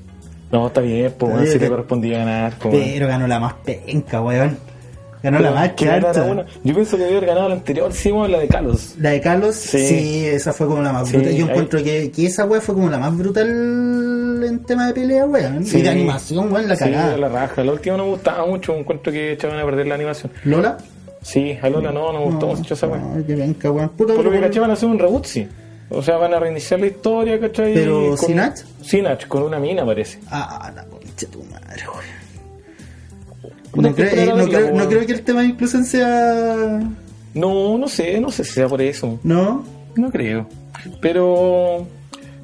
S2: No, está bien,
S1: Está
S2: po, weón,
S1: bien,
S2: si te
S1: está-
S2: correspondía ganar, po, weón.
S1: Pero ganó la más penca, weón. Ganó la más
S2: Que ganara una.
S1: charcha.
S2: Yo pienso que debió haber ganado la anterior, sí, weón, la de Carlos.
S1: La de Carlos,
S2: Sí.
S1: sí. esa fue como la más
S2: Sí,
S1: brutal. Yo
S2: ahí-
S1: encuentro que, que esa weón fue como la más brutal en tema de pelea, weón.
S2: Sí.
S1: Y de animación, weón, la
S2: Sí,
S1: cagada.
S2: la raja. La última no me gustaba mucho, encuentro que echaban a perder la animación.
S1: ¿Lola?
S2: Sí, a Lola no, no me gustó mucho esa weón.
S1: Ay, qué penca, weón. Puta,
S2: Por lo que
S1: weón.
S2: caché van a hacer un reboot, sí. O sea, van a reiniciar la historia, ¿cachai?
S1: Pero,
S2: Con-
S1: ¿sin Nach?
S2: Sin Nach, con una mina parece.
S1: Ah, la concha Concha tu madre, weón.
S2: Puta,
S1: No,
S2: qué
S1: creo-
S2: esperar a
S1: no,
S2: verla,
S1: creo, no
S2: weón.
S1: creo que el tema de inclusión sea.
S2: No, no sé, no sé si sea por eso.
S1: ¿No?
S2: No creo. Pero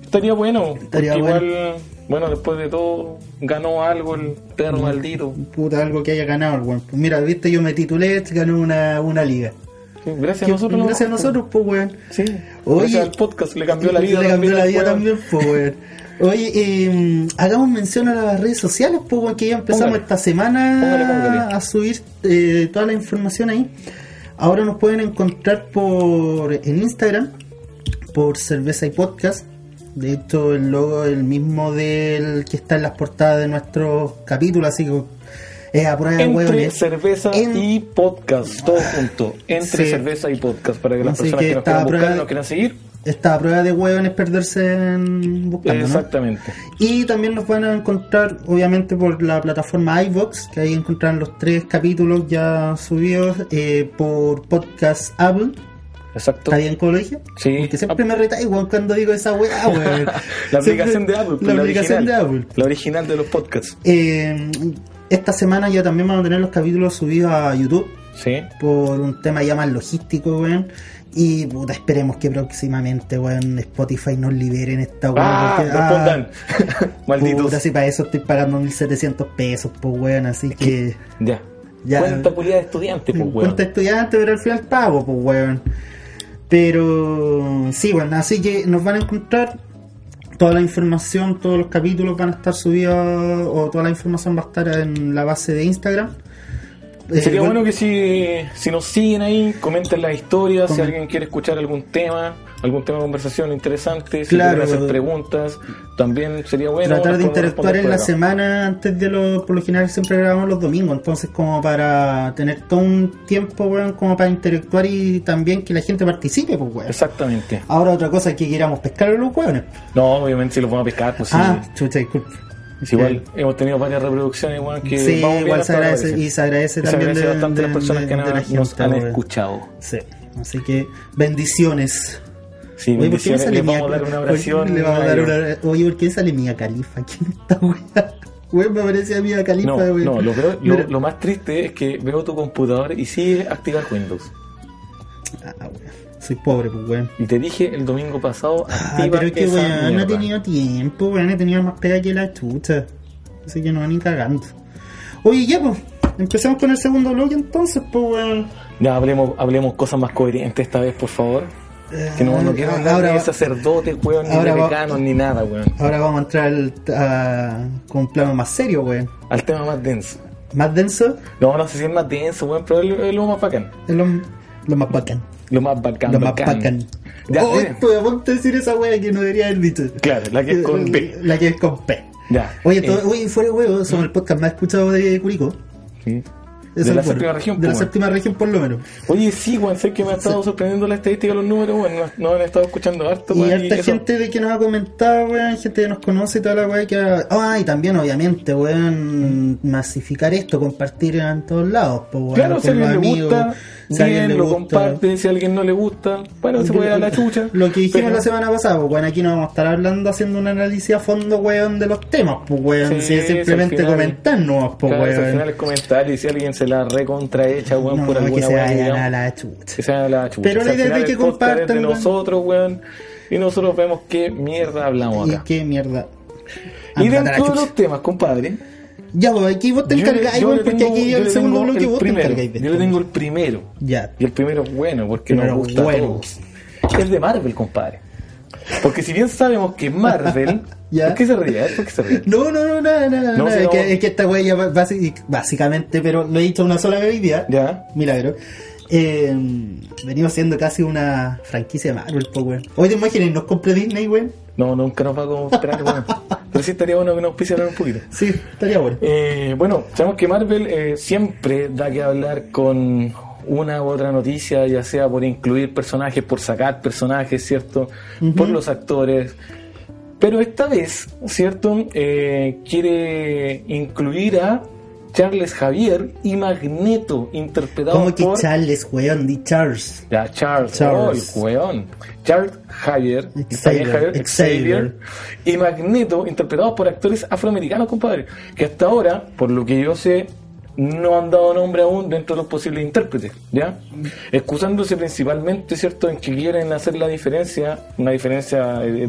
S2: estaría bueno.
S1: Estaría
S2: porque
S1: bueno.
S2: Igual, bueno, después de todo, ganó algo el
S1: Mm.
S2: perro maldito.
S1: Puta, algo que haya ganado el weón. Pues mira, viste, yo me titulé, ganó una, una liga.
S2: Sí, Gracias a
S1: Que-
S2: nosotros. ¿no?
S1: Gracias a nosotros, pues, weón.
S2: Sí.
S1: Oye.
S2: Gracias al podcast le cambió la vida.
S1: Le cambió la vida
S2: weón.
S1: también, pues, weón. Oye, eh, hagamos mención a las redes sociales, pues, weón, que ya empezamos
S2: Póngale.
S1: esta semana
S2: Póngale, póngale.
S1: a subir eh, toda la información ahí. Ahora nos pueden encontrar por en Instagram, por Cerveza y Podcast. De hecho, el logo es el mismo del que está en las portadas de nuestros capítulos, así que es a prueba de
S2: Entre
S1: hueones.
S2: cerveza
S1: En-
S2: y podcast, todo junto. Entre
S1: Sí.
S2: cerveza y podcast, para que las
S1: Así
S2: personas que,
S1: que
S2: nos
S1: está
S2: quieran
S1: a
S2: buscar
S1: prueba-
S2: y nos quieran seguir.
S1: Está a prueba de hueones perderse en buscando, ¿no?
S2: Exactamente.
S1: Y también nos van a encontrar, obviamente, por la plataforma iVox, que ahí encontrarán los tres capítulos ya subidos eh, por Podcast Apple.
S2: Exacto.
S1: ¿Está bien, colegio?
S2: Sí.
S1: Porque siempre me reta igual cuando digo esa weá, weón.
S2: La
S1: Siempre-
S2: aplicación de Apple. pues,
S1: La aplicación de
S2: original.
S1: Apple.
S2: La original de los podcasts.
S1: Eh, esta semana ya también vamos a tener los capítulos subidos a YouTube
S2: Sí.
S1: por un tema ya más logístico, weón. Y puta, esperemos que próximamente, weón, Spotify nos liberen esta weón.
S2: Ah,
S1: porque- ah,
S2: respondan. Malditos.
S1: Puta, si para eso estoy pagando 1700 pesos, pues weón, así que.
S2: Ya.
S1: Ya.
S2: Cuenta culiada de estudiante, pues, weón.
S1: Cuenta estudiante, pero al final pago, pues weón. Pero. Sí, bueno, así que nos van a encontrar. Toda la información, todos los capítulos van a estar subidos, o toda la información va a estar en la base de Instagram. Eh,
S2: Sería
S1: bueno,
S2: bueno que si, si nos siguen ahí, comenten las historias, si
S1: Comen-
S2: alguien quiere escuchar algún tema, algún tema de conversación interesante, si
S1: Claro.
S2: quieren hacer preguntas, también sería bueno.
S1: tratar de
S2: las podemos
S1: interactuar
S2: responder
S1: en
S2: por
S1: la
S2: acá.
S1: semana antes de los. Por lo general siempre grabamos los domingos, entonces, como para tener todo un tiempo, weón, como para interactuar y también que la gente participe, pues weón.
S2: Exactamente.
S1: Ahora otra cosa es que queramos pescar a los hueones.
S2: No, obviamente si los vamos a pescar, pues sí.
S1: Ah, chucha, disculpe.
S2: Sí, igual hemos tenido varias reproducciones, igual que
S1: Sí,
S2: vamos bien
S1: igual se
S2: hasta ahora,
S1: agradece,
S2: parece.
S1: y se agradece
S2: Se
S1: también
S2: agradece
S1: de,
S2: bastante
S1: de-
S2: a las personas
S1: de-
S2: que
S1: de la
S2: nos, nos
S1: gente,
S2: han
S1: weón.
S2: escuchado.
S1: Sí, así que bendiciones.
S2: Sí,
S1: Oye, ¿por qué me
S2: bendiciones.
S1: sale
S2: Les
S1: Mia-
S2: vamos a dar una
S1: oye,
S2: oración.
S1: le vamos a dar
S2: Mario.
S1: una- Oye, ¿por qué sale Mía Califa? ¿Quién está, wea? Wey, me parecía Mía Califa,
S2: No,
S1: weón.
S2: no, lo, veo-
S1: Mira.
S2: lo, lo más triste es que veo tu computador y sigue activar Windows.
S1: Ah, weón. Soy pobre, pues, weón.
S2: Y te dije el domingo pasado,
S1: Ah,
S2: activa
S1: pero es que,
S2: esa
S1: weón, no he
S2: mierda.
S1: tenido tiempo, weón. He tenido más pega que la chucha. Así que no van ni cagando. Oye, ya, pues. Empezamos con el segundo bloque entonces, pues, weón.
S2: Ya hablemos, hablemos cosas más coherentes esta vez, por favor. Que no, no quiero
S1: Ah,
S2: hablar
S1: ahora
S2: de
S1: va-
S2: sacerdotes, weón, ni de
S1: ahora va-
S2: veganos, ni nada, weón.
S1: Ahora vamos a entrar al- a- con un plano más serio, weón.
S2: Al tema más denso.
S1: Más denso
S2: No, no sé si es más denso, weón, pero es lo, es lo más bacán.
S1: es lo, lo más bacán.
S2: Lo más bacán.
S1: Lo más bacán.
S2: Ya,
S1: oh,
S2: miren.
S1: estuve a punto de decir esa wea que no debería haber dicho.
S2: Claro, la que es con P.
S1: La que es con P.
S2: Ya.
S1: Oye,
S2: eh,
S1: todo- oye, fuera de huevo, somos el podcast más escuchado de Curicó.
S2: sí.
S1: Eso
S2: De la
S1: es bueno.
S2: séptima
S1: De
S2: región,
S1: la
S2: pues, weón.
S1: séptima región, por lo menos.
S2: Oye, sí, weón, sé que me ha estado sorprendiendo la estadística de los números, weón. Nos, nos han estado escuchando harto,
S1: Y
S2: weón.
S1: harta
S2: eso.
S1: gente de que nos ha comentado, weón, gente que nos conoce y toda la weá que... ha- Ah, y también, obviamente, weón, masificar esto, compartir en todos lados, pues, weón,
S2: Claro,
S1: con
S2: si a alguien
S1: los
S2: le
S1: amigos,
S2: gusta,
S1: si a alguien
S2: bien,
S1: le
S2: lo
S1: gusta.
S2: comparte. Si a alguien no le gusta, bueno, se puede dar la chucha.
S1: Lo que dijimos
S2: pero-
S1: la semana pasada, pues, weón, aquí no vamos a estar hablando, haciendo un análisis a fondo, weón, de los temas, pues, weón,
S2: Sí,
S1: si es
S2: si al
S1: simplemente
S2: final-
S1: comentarnos, pues,
S2: Claro, si al
S1: weón.
S2: final el comentario y si alguien se la recontraecha, weón,
S1: No,
S2: por
S1: que
S2: alguna
S1: se
S2: weón,
S1: vayan
S2: digamos,
S1: a la chucha.
S2: que se vayan a la chucha.
S1: Pero
S2: O sea,
S1: la idea
S2: al
S1: es
S2: final
S1: que
S2: el podcast es
S1: compartan,
S2: de
S1: weón.
S2: nosotros, weón, y nosotros vemos qué mierda hablamos
S1: Y
S2: acá.
S1: qué mierda.
S2: Y
S1: Andate a la
S2: dentro de
S1: chucha.
S2: los temas, compadre,
S1: Ya, pues, aquí vos te encargáis,
S2: yo
S1: weón,
S2: le
S1: porque
S2: tengo-
S1: aquí
S2: yo
S1: el
S2: le
S1: segundo
S2: tengo
S1: bloque
S2: el
S1: vos te
S2: primero,
S1: encargáis de
S2: Yo le
S1: esto.
S2: tengo el primero.
S1: Ya.
S2: Y el primero es bueno, porque
S1: Primero
S2: nos gusta a
S1: bueno.
S2: todos. Es de Marvel, compadre. Porque si bien sabemos que Marvel...
S1: Ya.
S2: ¿Por qué se ríe? ¿Por qué se ríe?
S1: No, no, no, nada, nada,
S2: No,
S1: nada.
S2: si
S1: Es,
S2: no-
S1: que, es que esta wea ya va- basi- básicamente, pero lo he dicho una sola vez hoy día.
S2: Ya.
S1: Milagro. Eh, venimos siendo casi una franquicia de Marvel, po, weón. Hoy te imaginas, nos compró Disney, weón.
S2: No, nunca nos va a comprar, weón. Pero sí estaría bueno que nos auspiciaran un poquito.
S1: Sí, estaría bueno.
S2: Eh, bueno, sabemos que Marvel eh, siempre da que hablar con una u otra noticia, ya sea por incluir personajes, por sacar personajes, ¿cierto? Por los actores. Pero esta vez, ¿cierto? Eh, quiere incluir a Charles Javier y Magneto, interpretado
S1: Como que
S2: por...
S1: Charles, weón, di Charles.
S2: Ya, Charles,
S1: Charles.
S2: oh, el weón. Charles Javier, Xavier, Javier,
S1: Xavier.
S2: Xavier y Magneto, interpretados por actores afroamericanos, compadre, que hasta ahora, por lo que yo sé, no han dado nombre aún dentro de los posibles intérpretes, ¿ya? Excusándose principalmente, ¿cierto?, en que quieren hacer la diferencia, una diferencia eh,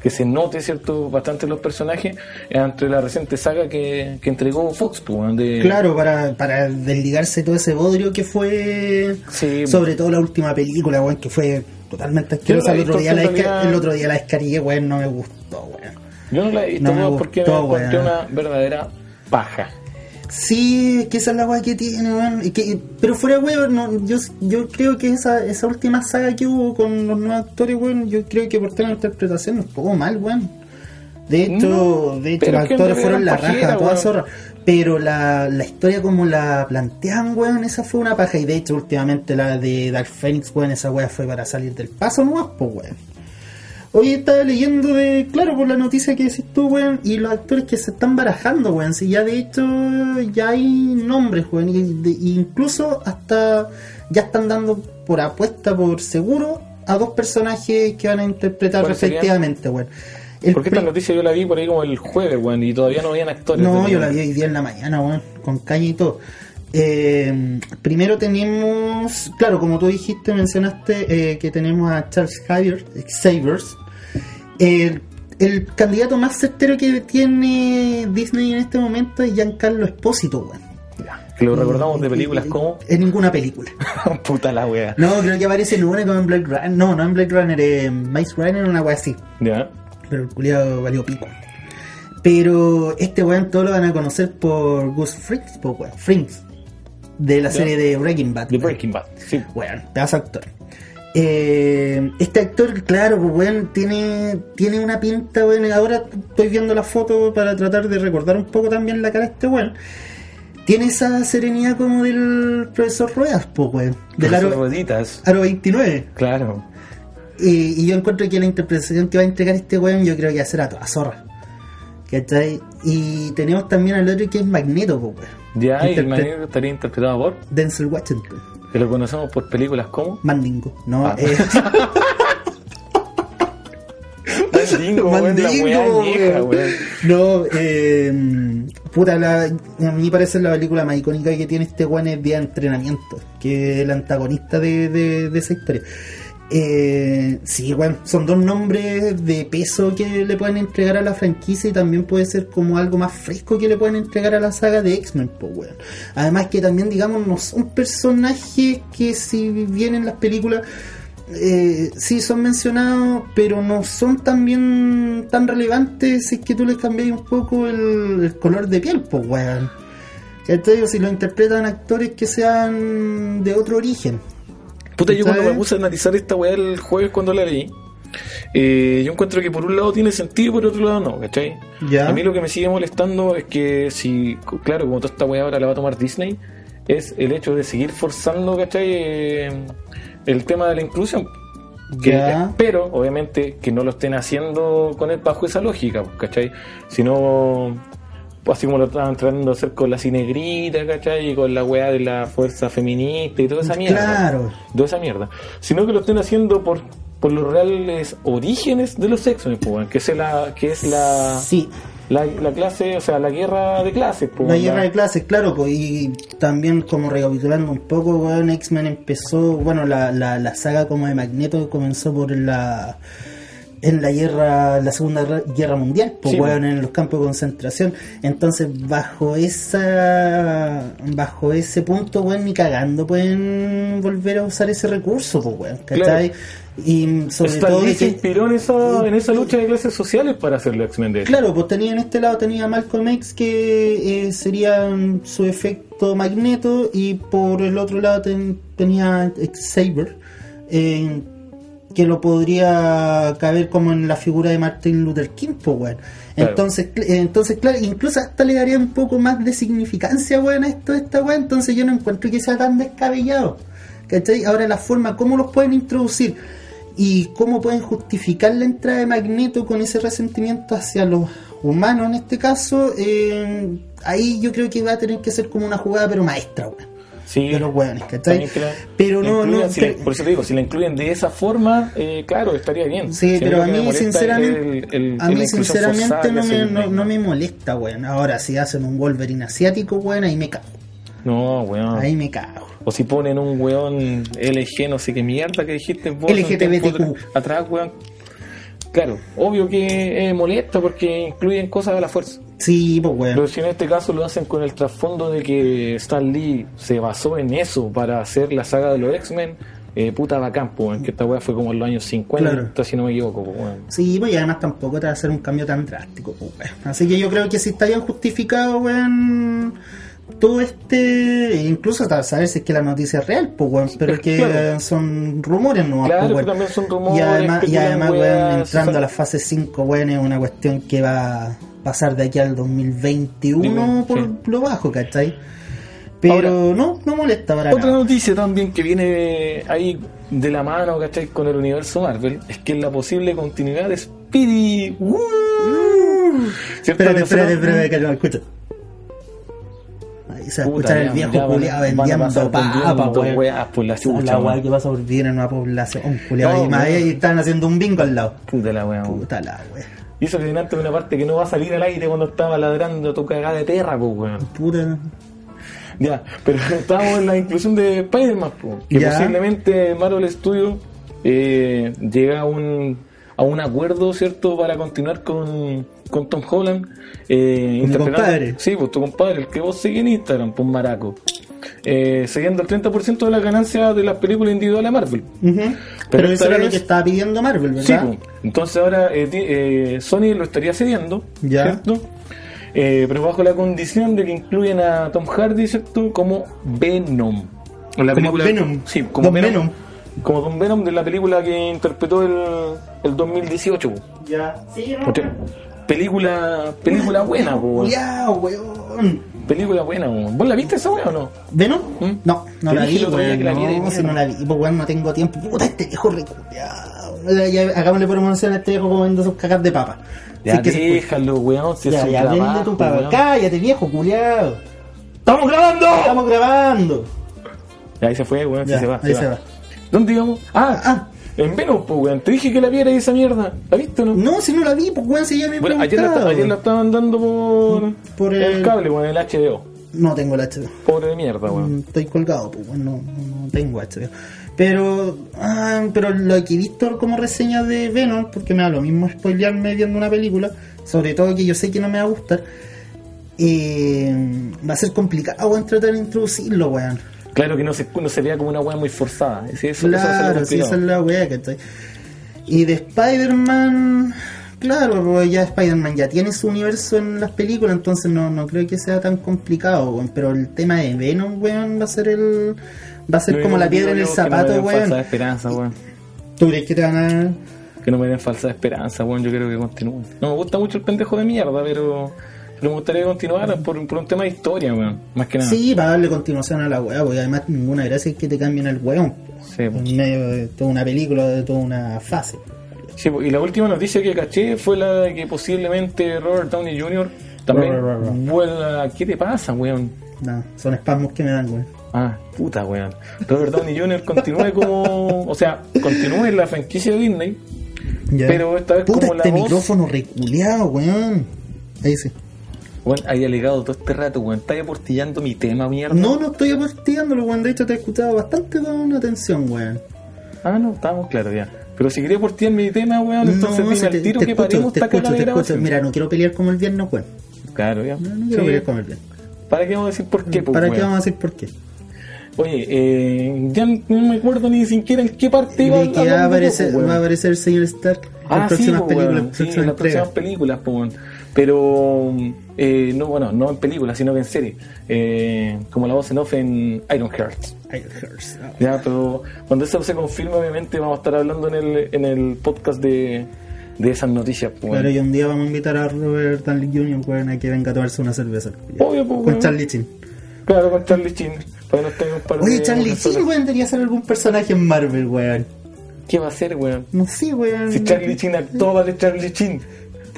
S2: que se note, ¿cierto?, bastante en los personajes, entre la reciente saga que, que entregó Fox, pues, weón, de...
S1: Claro, para, para desligarse todo ese bodrio que fue.
S2: Sí.
S1: Sobre todo la última película, weón, que fue totalmente asquerosa. El otro, día la
S2: entonces, en
S1: esca-
S2: realidad-
S1: el otro día la descargué, weón, no me gustó, weón.
S2: Yo no la he visto
S1: No me
S2: weón, porque me
S1: gustó,
S2: encontré
S1: weón.
S2: una verdadera paja.
S1: Sí, es que esa es la weá que tiene, weón. Y que- Pero fuera de weón, no, yo, yo creo que esa, esa última saga que hubo con los nuevos actores, weón, yo creo que por tener interpretación nos pagó mal, weón. De hecho,
S2: No,
S1: de hecho
S2: pero
S1: los
S2: es que
S1: actores
S2: en realidad
S1: fueron la
S2: eran
S1: raja,
S2: pajeras,
S1: toda
S2: weón.
S1: zorra. Pero la, la historia como la plantean, weón, esa fue una paja. Y de hecho, últimamente la de Dark Phoenix, weón, esa weá fue para salir del paso nomás, pues, weón. Hoy estaba leyendo de, claro, por la noticia que decís tú, weón, y los actores que se están barajando, weón. Si ya de hecho ya hay nombres, weón, y de- y incluso hasta ya están dando por apuesta, por seguro, a dos personajes que van a interpretar
S2: ¿Cuáles serían?
S1: respectivamente, weón. El
S2: Porque esta
S1: pri-
S2: noticia yo la vi por ahí como el jueves, weón, y todavía no habían actores.
S1: no,
S2: de-
S1: yo la vi hoy día en la mañana, weón, con caña y todo. Eh, primero tenemos, claro, como tú dijiste, mencionaste eh, que tenemos a Charles Xavier, Xavier's, el, el candidato más certero que tiene Disney en este momento es Giancarlo Espósito, weón.
S2: Ya, Que lo recordamos de películas como.
S1: En ninguna película.
S2: Puta la wea.
S1: No, creo que aparece en una como en Blade Runner. No, no en Blade Runner, eh, en Maze Runner, una wea así.
S2: Ya.
S1: Pero el culiado valió pico. Pero este weón todos lo van a conocer por Gus Frinks, po, weón. Frinks. De la
S2: Ya.
S1: serie de Breaking Bad.
S2: The
S1: weón.
S2: Breaking Bad. Sí.
S1: Weón, pedazo de actor. Eh, este actor, claro, pues, weón, tiene, tiene una pinta, weón. Ahora estoy viendo la foto para tratar de recordar un poco también la cara de este weón. Tiene esa serenidad como del profesor Ruedas, pues, weón. Del
S2: Las
S1: aro,
S2: rueditas.
S1: aro 29.
S2: Claro.
S1: Y, y yo encuentro que la interpretación que va a entregar este weón, yo creo que va a ser a toda zorra. ¿Cachai? Y tenemos también al otro que es Magneto, po, weón.
S2: Ya, y el
S1: Interpre-
S2: maníaco estaría interpretado por.
S1: Denzel Washington.
S2: Que lo conocemos por películas como.
S1: Mandingo. No,
S2: Ah.
S1: eh,
S2: Mandingo, weón, la wea
S1: Mandingo,
S2: vieja,
S1: weón.
S2: weón.
S1: No, eh, puta, la, a mí parece la película más icónica que tiene este weón es Día de Entrenamiento, que es el antagonista de, de- de esa historia. Eh, sí, weón, son dos nombres de peso que le pueden entregar a la franquicia y también puede ser como algo más fresco que le pueden entregar a la saga de X-Men, po, weón. Además que también, digamos, no son personajes que si bien en las películas eh, sí son mencionados, pero no son tan bien, tan relevantes si es que tú les cambias un poco el, el color de piel, pues weón. ¿Cachai? O si lo interpretan actores que sean de otro origen.
S2: Puta, yo cuando
S1: ¿Sabes?
S2: me puse a analizar esta weá el jueves cuando la leí, eh, yo encuentro que por un lado tiene sentido y por otro lado no, ¿cachai?
S1: Ya.
S2: A mí lo que me sigue molestando es que si, co- claro, como toda esta weá ahora la va a tomar Disney, es el hecho de seguir forzando, ¿cachai? Eh, el tema de la inclusión. Que
S1: Ya.
S2: espero, obviamente, que no lo estén haciendo con el, bajo esa lógica, pues, ¿cachai? Sino pues, así como lo estaban tratando de hacer con la cinegrita, ¿cachai? Y con la weá de la fuerza feminista y toda esa mierda
S1: Claro.
S2: de esa mierda, sino que lo estén haciendo por, por los reales orígenes de los sexos, pues, que es la que es la,
S1: Sí,
S2: la, la clase, o sea, la guerra de clases, po,
S1: la
S2: la-
S1: guerra de clases, claro, pues, y también como recapitulando un poco, weón, X-Men empezó, bueno, la, la, la saga como de Magneto comenzó por la en la guerra, la segunda Guerra- guerra mundial, pues,
S2: Sí.
S1: weón, en los campos de concentración. Entonces, bajo esa, bajo ese punto, weón, ni cagando pueden volver a usar ese recurso, pues, weón, ¿cachai? Y sobre
S2: Stan
S1: todo
S2: Lee
S1: de
S2: se
S1: que-
S2: inspiró en esa, en esa lucha de clases sociales para hacer los X-Men de hecho.
S1: Claro, pues tenía en este lado tenía Malcolm X que eh, sería mm, su efecto magneto y por el otro lado ten- tenía Xavier eh, que lo podría caber como en la figura de Martin Luther King, pues weón.
S2: Claro.
S1: Entonces, cl- eh, entonces claro, incluso hasta le daría un poco más de significancia, weón, a esto, a esta weón, entonces yo no encuentro que sea tan descabellado. ¿Cachai? Ahora la forma, ¿cómo los pueden introducir? ¿Y cómo pueden justificar la entrada de Magneto con ese resentimiento hacia los humano en este caso, eh, ahí yo creo que va a tener que ser como una jugada, pero maestra, weón.
S2: Sí.
S1: De los weones, ¿cachai?
S2: También que la-
S1: Pero
S2: la
S1: no, no.
S2: incluyan, si la-
S1: pero-
S2: por eso te digo, si la incluyen de esa forma, eh, claro, estaría bien.
S1: Sí,
S2: Si
S1: pero
S2: lo
S1: a
S2: que me
S1: mí
S2: molesta es
S1: sinceramente,
S2: el- el-
S1: a
S2: la
S1: mí
S2: inclusión forzada
S1: sinceramente
S2: que
S1: no
S2: hacen
S1: me, no,
S2: mismo.
S1: no me molesta, weón. Ahora si hacen un Wolverine asiático, weón, ahí me cago.
S2: No, weón.
S1: Ahí me cago.
S2: O si ponen un weón LG, no sé qué mierda que dijiste vos. un
S1: LGTBTQ.
S2: tiempo atr- Atrás, weón. Claro, obvio que eh, molesta porque incluyen cosas de la fuerza.
S1: Sí, pues
S2: Pero
S1: weón.
S2: si en este caso lo hacen con el trasfondo de que Stan Lee se basó en eso para hacer la saga de los X-Men, eh, puta bacán, po, weón, que esta weá fue como en los años 50,
S1: Claro.
S2: si no me equivoco, po, weón.
S1: Sí, pues y además tampoco te va a hacer un cambio tan drástico, pues weón. Así que yo creo que si está bien justificado, weón, todo este, incluso hasta saber si es que la noticia es real, pues weón, pero que
S2: Claro.
S1: eh, son rumores no Pues,
S2: Claro, que también son rumores,
S1: Y además, y
S2: especulan,
S1: además weón,
S2: weas,
S1: entrando
S2: son-
S1: a la fase 5, weón, es una cuestión que va a pasar de aquí al 2021
S2: Digo,
S1: por
S2: sí.
S1: lo bajo, ¿cachai? Pero
S2: Ahora-
S1: no, no molesta para
S2: Otra
S1: nada.
S2: noticia también que viene ahí de la mano, ¿cachai? Con el universo Marvel, es que es la posible continuidad de Speedy. ¡Uh! ¿Cierto?
S1: Espérate,
S2: Nosotros-
S1: espérate, espérate, que no escucha. Ahí se va a
S2: Puta,
S1: escuchar el
S2: ya,
S1: viejo
S2: ya van-
S1: culiado
S2: van a pasar
S1: vendiendo papa,
S2: vendiendo
S1: weón.
S2: weas por la chucha,
S1: La weá
S2: weón.
S1: que pasa por vivir en una población, culiado.
S2: No,
S1: y más
S2: weón.
S1: ahí están haciendo un bingo al lado.
S2: Puta la wea, weón.
S1: Puta la wea.
S2: Y eso que delante de una parte que no va a salir al aire cuando estaba ladrando tu cagada de tierra, pues, weón.
S1: Puta.
S2: Ya, pero estábamos en la inclusión de Spider-Man, po, que
S1: Ya.
S2: posiblemente Marvel Studios eh, llega a un, a un acuerdo, ¿cierto?, para continuar con, con Tom Holland. Eh,
S1: compadre.
S2: Sí, pues tu compadre, el que vos seguís en Instagram, pues maraco. Eh, siguiendo el 30% de las ganancias de las películas individuales de Marvel.
S1: Ujú. Pero, eso
S2: esta
S1: era lo
S2: vez-
S1: que estaba pidiendo Marvel,
S2: Sí,
S1: ¿verdad?
S2: po. entonces ahora eh, ti- eh, Sony lo estaría cediendo,
S1: Ya.
S2: ¿cierto? Eh, pero bajo la condición de que incluyan a Tom Hardy, ¿cierto? Como Venom. En la
S1: Como Venom.
S2: Sí, como
S1: Don
S2: Venom.
S1: Venom.
S2: Como Don Venom de la película que interpretó el, el 2018. po.
S1: Ya. Sí, no.
S2: Otra Película, película buena, po, weón.
S1: Culiao, weón.
S2: Película buena, weón. ¿Vos la viste esa weá o no?
S1: ¿Venom?
S2: ¿Mm?
S1: No, no
S2: Te
S1: la
S2: dije
S1: vi,
S2: el otro día
S1: weón.
S2: que la viera y
S1: No, si
S2: mierda.
S1: no la vi, pues weón, no tengo tiempo. Puta, este viejo reculeado. Ya, Hagámosle promoción a este viejo comiendo sus cagas de papa. Si
S2: Ya,
S1: es que se escucha.
S2: déjalo, weón. Si es
S1: Ya,
S2: un
S1: ya, vende
S2: trabajo,
S1: tu papa.
S2: weón.
S1: Cállate, viejo culiao.
S2: ¡Estamos grabando!
S1: Estamos grabando.
S2: Ahí se fue, weón. sí
S1: Ya,
S2: se va.
S1: ahí se va.
S2: ¿Dónde íbamos? Ah,
S1: Ah.
S2: en Venom, pues, weón. Te dije que la viera esa mierda. ¿La viste o no?
S1: No, si no la vi, pues weón, si ya me he
S2: Bueno, ayer, la,
S1: preguntado.
S2: ayer la estaban dando por,
S1: Por
S2: el...
S1: el-
S2: cable, weón, el HBO.
S1: No tengo la HBO.
S2: Pobre de mierda, weón.
S1: Mm, Estoy colgado, pues weón, no, no tengo HBO. Pero, ah, pero lo que he visto como reseña de Venom, porque me da lo mismo spoilearme viendo una película, sobre todo que yo sé que no me va a gustar, eh, va a ser complicado weón, tratar de introducirlo, weón.
S2: Claro que no se, no se vea como una weá muy forzada. Sí, eso, eso va a ser lo
S1: Claro, sí, esa
S2: complicado.
S1: es la weá que estoy. Y de Spider-Man, claro, pues, ya Spider-Man ya tiene su universo en las películas, entonces no, no creo que sea tan complicado, weón. Pero el tema de Venom, weón, va a ser el. Va a ser
S2: Lo
S1: como la
S2: único que
S1: piedra en el
S2: digo yo es que no me
S1: zapato,
S2: den
S1: weón.
S2: falsa esperanza, weón.
S1: ¿Tú crees que te van a.?
S2: Que no me den falsa esperanza, weón. Yo quiero que continúen. No me gusta mucho el pendejo de mierda, pero, pero me gustaría que continuaran por, por un tema de historia, weón. Más que nada.
S1: Sí, para darle continuación a la weá, porque además ninguna gracia es que te cambien el weón.
S2: Sí, po.
S1: En medio de toda una película, de toda una fase.
S2: Sí, po, y la última noticia que caché fue la de que posiblemente Robert Downey Jr. también
S1: Ro, ro, ro, ro.
S2: vuelva. ¿Qué te pasa, weón?
S1: No, son espasmos que me dan, weón.
S2: Ah, puta, weón. Robert Downey Jr. continúe como. O sea, continúe en la franquicia de Disney.
S1: Ya.
S2: Pero esta vez
S1: Puta,
S2: como la
S1: este
S2: voz-
S1: micrófono reculeado, weón. Ahí sí.
S2: Weón, hay alegado todo este rato, weón. Está aportillando mi tema, mierda.
S1: No, no estoy aporteándolo, weón. De hecho, te he escuchado bastante con atención, weón.
S2: Ah, no, estábamos claros ya. Pero si quería aportillar mi tema, weón, entonces dime
S1: si
S2: al tiro que
S1: escucho,
S2: paremos
S1: te
S2: esta
S1: escucho,
S2: cagada
S1: te
S2: de
S1: escucho.
S2: grabación.
S1: Mira, no quiero pelear como el viernes, weón.
S2: Claro, ya.
S1: No, no quiero
S2: Sí.
S1: pelear como el viernes.
S2: ¿Para qué vamos a decir por qué, pues,
S1: ¿Para qué
S2: weón?
S1: vamos a decir por qué?
S2: Oye, eh, ya no me acuerdo ni siquiera en qué parte iba
S1: De que va a,
S2: hablando,
S1: aparecer,
S2: pues, weón.
S1: va a aparecer el señor Stark en
S2: Ah,
S1: las
S2: sí,
S1: próximas
S2: po,
S1: películas,
S2: weón,
S1: en
S2: sí, en
S1: próximas
S2: las próximas
S1: entregas.
S2: películas, po, weón. pero eh, no, bueno, no en películas, sino que en serie, Eh, como la voz en off en Iron Heart.
S1: Ironheart, ah.
S2: Ya, pero cuando eso se confirme, obviamente vamos a estar hablando en el, en el podcast de, de esas noticias. po, weón.
S1: Claro, y un día vamos a invitar a Robert Downey Jr. weón, a que venga a tomarse una cerveza.
S2: Obvio, po,
S1: Con
S2: weón.
S1: Charlie Chin.
S2: Claro, con Charlie Chin, para que nos tenga un par
S1: Oye,
S2: de-
S1: Charlie
S2: unas horas.
S1: Chin, weón, debería ser algún personaje en Marvel, weón.
S2: ¿Qué va a hacer, weón?
S1: No sé, weón.
S2: Si Charlie Chin actúa, vale Charlie Chin.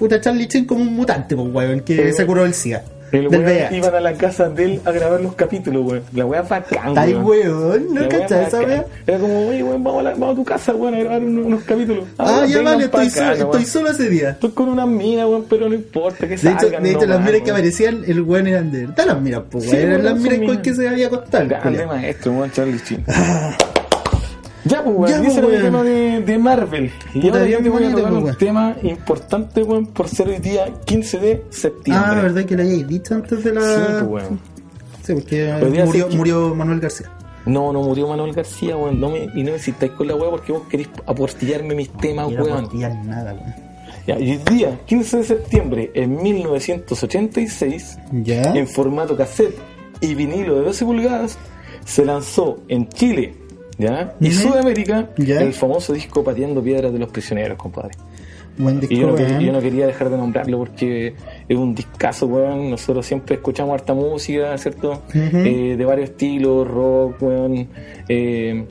S1: puta Charlie Chin como un mutante, pues, weón, que
S2: Eh,
S1: se curó del SIDA. del
S2: El weón
S1: VIH.
S2: iban a la casa de él a grabar los capítulos, weón. La weá bacán,
S1: Está ahí, weón,
S2: La
S1: ¿no
S2: weá
S1: cachai esa
S2: bacán.
S1: weá?
S2: Era como, oye, weón, vamos a, la- vamos a tu casa, weón, a grabar un- unos, capítulos.
S1: Ah, ya
S2: vengan
S1: vale,
S2: pa'
S1: estoy,
S2: acá,
S1: solo,
S2: no,
S1: estoy
S2: weón.
S1: solo ese día.
S2: Estoy con una mina, weón, pero no importa que
S1: De hecho,
S2: salgan
S1: de hecho las
S2: nomás,
S1: miras que
S2: weón.
S1: aparecían, el weón eran de verdad las miras, pues,
S2: Sí,
S1: weón, eran
S2: weón,
S1: las
S2: son
S1: miras con
S2: minas.
S1: que se había acostado. el
S2: Grande
S1: culiao.
S2: maestro, weón, Charlie Sheen. Ya, pues,
S1: Ya,
S2: weón, y ese
S1: pues,
S2: era el tema
S1: weón.
S2: de, de Marvel. Y
S1: Puta,
S2: ahora yo
S1: bien
S2: te voy a
S1: bonito,
S2: tocar
S1: pues,
S2: un
S1: weón.
S2: tema importante, weón, por ser hoy día 15 de septiembre.
S1: Ah, verdad que lo habíais dicho antes de la.
S2: Sí, pues, weón.
S1: Sí, porque
S2: Hoy día
S1: murió,
S2: sí que-
S1: murió Manuel García.
S2: No, no murió Manuel García, weón. No me, y no me insistáis con la weá porque vos querés aportillarme mis temas,
S1: Mira,
S2: weón.
S1: por ti, ya nada, weón.
S2: Ya, y el día 15 de septiembre en 1986,
S1: Ya.
S2: en formato cassette y vinilo de 12 pulgadas, se lanzó en Chile ¿ya? y
S1: Ujú.
S2: Sudamérica
S1: Ya.
S2: el famoso disco Pateando Piedras de los Prisioneros, compadre.
S1: Buen
S2: Y
S1: disco,
S2: yo no, que-
S1: weón.
S2: yo no quería dejar de nombrarlo porque es un discazo, weón. Nosotros siempre escuchamos harta música, ¿cierto? Eh, de varios estilos, rock, weón, eh,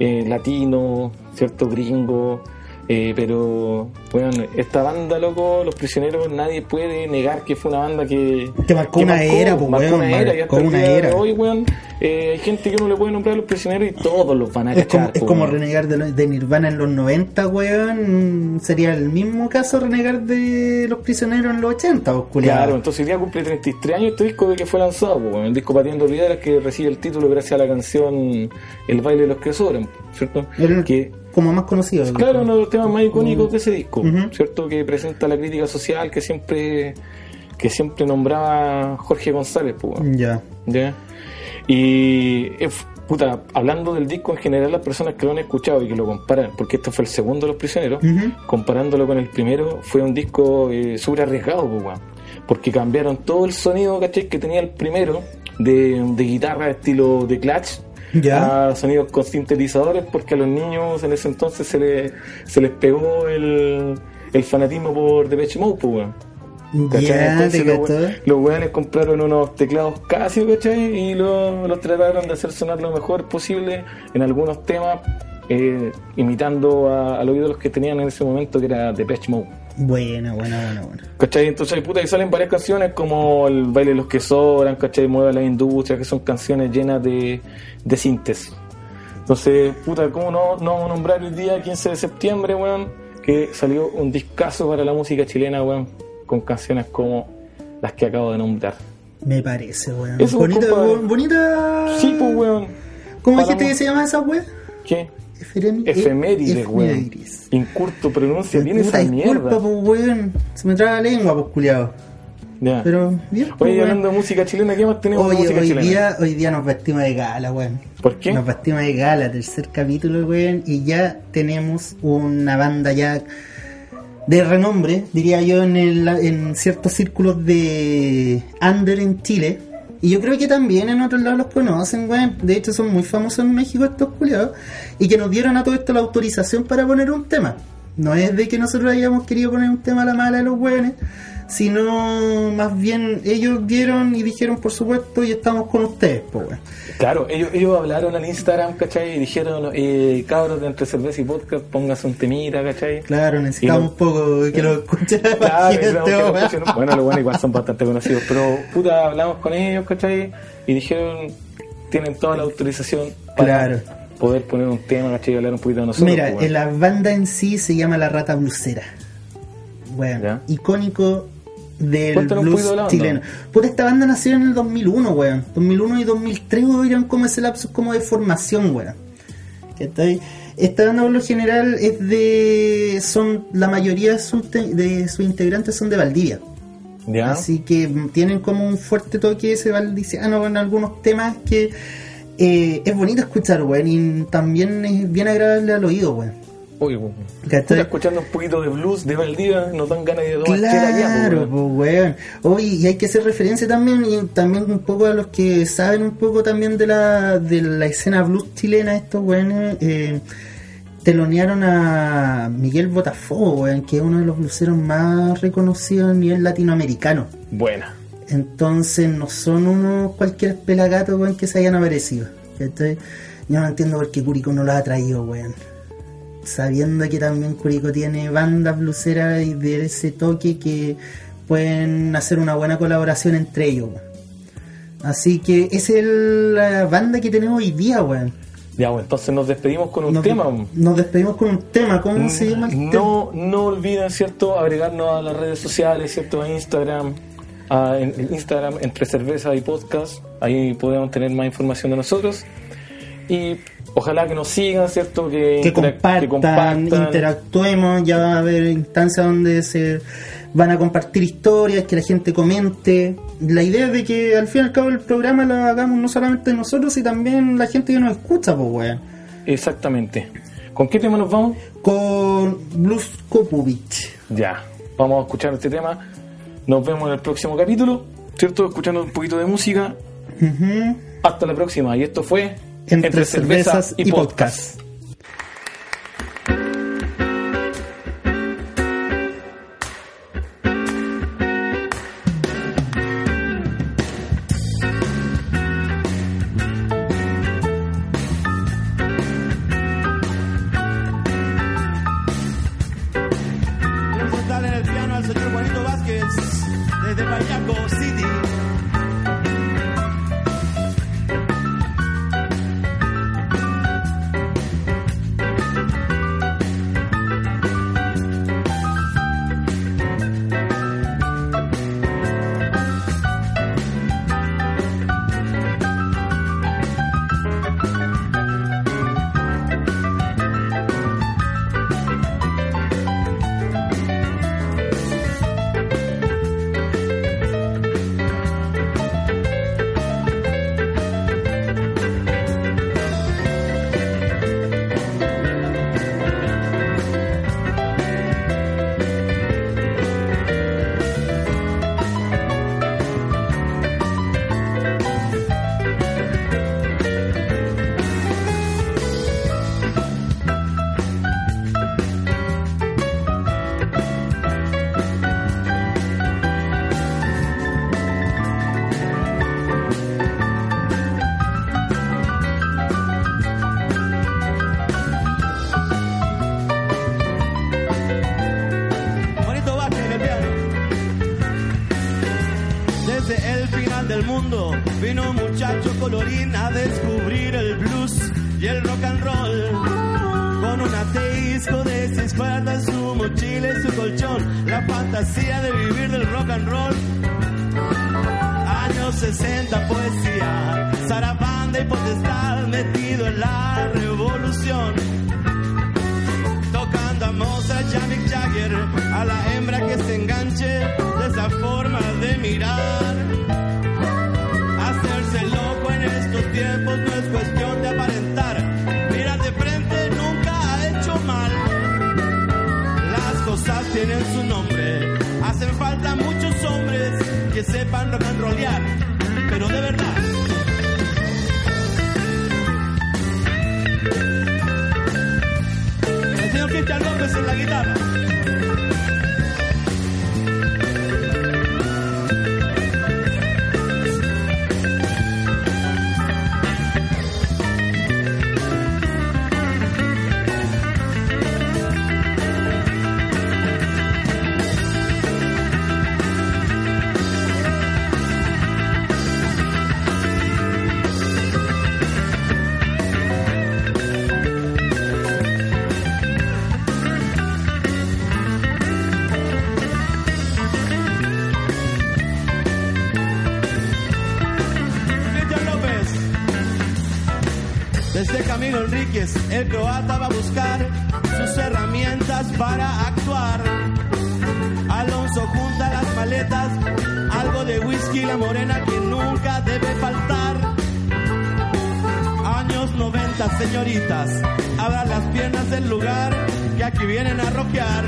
S2: eh, latino, ¿cierto? Gringo. eh, pero, weón, esta banda, loco, Los Prisioneros, nadie puede negar que fue una banda que...
S1: Que marcó una era, pues,
S2: marcó
S1: weón,
S2: una era, y
S1: marcó
S2: hasta el
S1: una
S2: día de
S1: era.
S2: Hoy, weón, eh, hay gente que no le puede nombrar a Los Prisioneros y todos los van a
S1: Es como,
S2: cachar,
S1: es
S2: po,
S1: como
S2: weón.
S1: renegar de, lo- de Nirvana en los 90, weón. Sería el mismo caso renegar de los prisioneros en los 80, vos, culiao.
S2: Claro, entonces hoy día cumple 33 años este disco de que fue lanzado, po, weón. el disco Patiendo Piedras que recibe el título gracias a la canción El baile de los que sobran, ¿cierto?
S1: Era
S2: Que,
S1: como más conocido. el
S2: claro,
S1: disco.
S2: uno de los temas más icónicos de ese disco,
S1: Ujú.
S2: ¿cierto? Que presenta la crítica social que siempre que siempre nombraba Jorge González, po, weón.
S1: Ya.
S2: ¿ya? Y, eh, puta, hablando del disco en general, las personas que lo han escuchado y que lo comparan, porque este fue el segundo de Los Prisioneros,
S1: Ujú.
S2: comparándolo con el primero, fue un disco eh, súper arriesgado, pues, weón. porque cambiaron todo el sonido ¿cachai? que tenía el primero de, de guitarra estilo de Clash.
S1: Ya.
S2: a sonidos con sintetizadores porque a los niños en ese entonces se les, se les pegó el, el fanatismo por Depeche Mode, pues, weón. ¿Cachai?
S1: Ya,
S2: Entonces
S1: te
S2: los,
S1: cachó.
S2: we- los weones compraron unos teclados Casio, ¿cachai? Y lo- los trataron de hacer sonar lo mejor posible en algunos temas, eh, imitando a, a los ídolos que tenían en ese momento, que era Depeche Mode.
S1: Buena, buena, buena, buena.
S2: ¿Cachai? Entonces, puta, y salen varias canciones como El baile de los que sobran, ¿cachai? Mueve la industria, que son canciones llenas de, de síntesis. Entonces, puta, ¿cómo no, no nombrar el día 15 de septiembre, weón? Que salió un discazo para la música chilena, weón, con canciones como las que acabo de nombrar.
S1: Me parece, weón.
S2: Eso,
S1: bonita,
S2: compadre.
S1: weón, bonita.
S2: Sí, pues, weón.
S1: ¿Cómo
S2: Paramos.
S1: dijiste que se llama esa weón?
S2: ¿Qué?
S1: Efemérides.
S2: Efemérides, weón.
S1: Efemérides.
S2: Incurto pronuncia bien
S1: Puta,
S2: esa
S1: disculpa,
S2: mierda.
S1: pues, weón. Se me traba la lengua, pues, culiao.
S2: Ya.
S1: Pero bien, pues,
S2: Oye,
S1: weón.
S2: hablando de música chilena, ¿qué más tenemos de
S1: Oye,
S2: música
S1: hoy
S2: chilena?
S1: día, hoy día nos vestimos de gala, weón.
S2: ¿Por qué?
S1: Nos vestimos de gala, tercer capítulo, weón. Y ya tenemos una banda ya de renombre, diría yo, en, el- en ciertos círculos de under en Chile. Y yo creo que también en otros lados los conocen, weón. De hecho, son muy famosos en México estos culiados. Y que nos dieron a todo esto la autorización para poner un tema. No es de que nosotros hayamos querido poner un tema a la mala de los weones, sino más bien ellos dieron y dijeron, por supuesto, y estamos con ustedes, po, weón.
S2: Claro, ellos, ellos hablaron al Instagram, ¿cachai? Y dijeron, eh, cabros de entre cerveza y podcast, póngase un temita, ¿cachai?
S1: Claro, necesitamos
S2: Y lo-
S1: un poco de que lo escuchen la
S2: Claro,
S1: gente,
S2: claro, que lo
S1: weón.
S2: escuchen. bueno, los buenos igual son bastante conocidos, pero puta, hablamos con ellos, ¿cachai? Y dijeron, tienen toda la autorización para
S1: Claro.
S2: poder poner un tema, ¿cachai? Y hablar un poquito de nosotros.
S1: Mira,
S2: pues, bueno.
S1: en la banda en sí se llama La Rata Blusera. Bueno,
S2: Ya.
S1: icónico del
S2: Cuéntanos un
S1: blues
S2: poquito de la banda.
S1: chileno. Puta, esta banda nació en el 2001, weón. 2001 y 2003 hubieron como ese lapsus como de formación, weón. ¿Cachai? Esta banda por lo general es de... son La mayoría de sus te- de sus integrantes son de Valdivia.
S2: ¿Ya?
S1: Así que mm, tienen como un fuerte toque ese valdiciano con algunos temas que eh, es bonito escuchar, weón, y también es bien agradable al oído, weón.
S2: Uy, bueno.
S1: ¿Cachai?
S2: pues, Puta, escuchando un poquito de blues de Valdivia, nos dan ganas de tomar chela ya, pues,
S1: Claro,
S2: bueno.
S1: pues, weón. Oye, y hay que hacer referencia también, y también un poco a los que saben un poco también de la, de la escena blues chilena, estos weones. eh, telonearon a Miguel Botafogo, weón, que es uno de los bluseros más reconocidos a nivel latinoamericano.
S2: Buena.
S1: Entonces no son unos cualquier pelagato, weón, que se hayan aparecido. ¿cachai? Yo no entiendo por qué Curicó no los ha traído, weón. sabiendo que también Curicó tiene bandas bluseras y de ese toque que pueden hacer una buena colaboración entre ellos. weón. Así que esa es el- la banda que tenemos hoy día, weón.
S2: Ya, bueno, entonces nos despedimos con un
S1: Nos,
S2: tema. Mm,
S1: nos despedimos con un tema. ¿Cómo se llama el tema?
S2: No, no olviden, ¿cierto? Agregarnos a las redes sociales, ¿cierto? A Instagram, a en- en Instagram entre cerveza y podcast. Ahí podemos tener más información de nosotros. Y ojalá que nos sigan, ¿cierto? Que,
S1: que
S2: interac-
S1: compartan,
S2: que compartan.
S1: interactuemos, ya va a haber instancias donde se van a compartir historias, que la gente comente. La idea es de que al fin y al cabo el programa lo hagamos no solamente nosotros, sino también la gente que nos escucha, pues weón.
S2: Exactamente. ¿Con qué tema nos vamos?
S1: Con Blues Kopovich.
S2: Ya, vamos a escuchar este tema. Nos vemos en el próximo capítulo, ¿cierto? Escuchando un poquito de música.
S1: Ujú.
S2: Hasta la próxima. Y esto fue
S1: Entre, cervezas, y podcast.
S3: presentar en el piano al señor Juanito Vázquez desde Mayaco City. Juanito Vázquez en el piano. Desde el final del mundo vino un muchacho colorín a descubrir el blues y el rock and roll. Con un ateísco de seis cuerdas, su mochila y su colchón, la fantasía de vivir del rock and roll. Años 60, poesía, zarabanda y potestad, metido en la revolución tocando a Mozart y a Mick Jagger, a la hembra que se enganche de esa forma de mirar. Hacerse loco en estos tiempos no es cuestión de aparentar, mirar de frente nunca ha hecho mal. Las cosas tienen su nombre, hacen falta muchos hombres que sepan rock and rollear, pero de verdad. El señor Cristian López en la guitarra. Cristian López. Desde Camilo Enríquez, el croata va a buscar sus herramientas para actuar. Alonso junta las maletas, algo de whisky, la morena que nunca debe faltar. Años 90, señoritas, abran las piernas del lugar que aquí vienen a rockear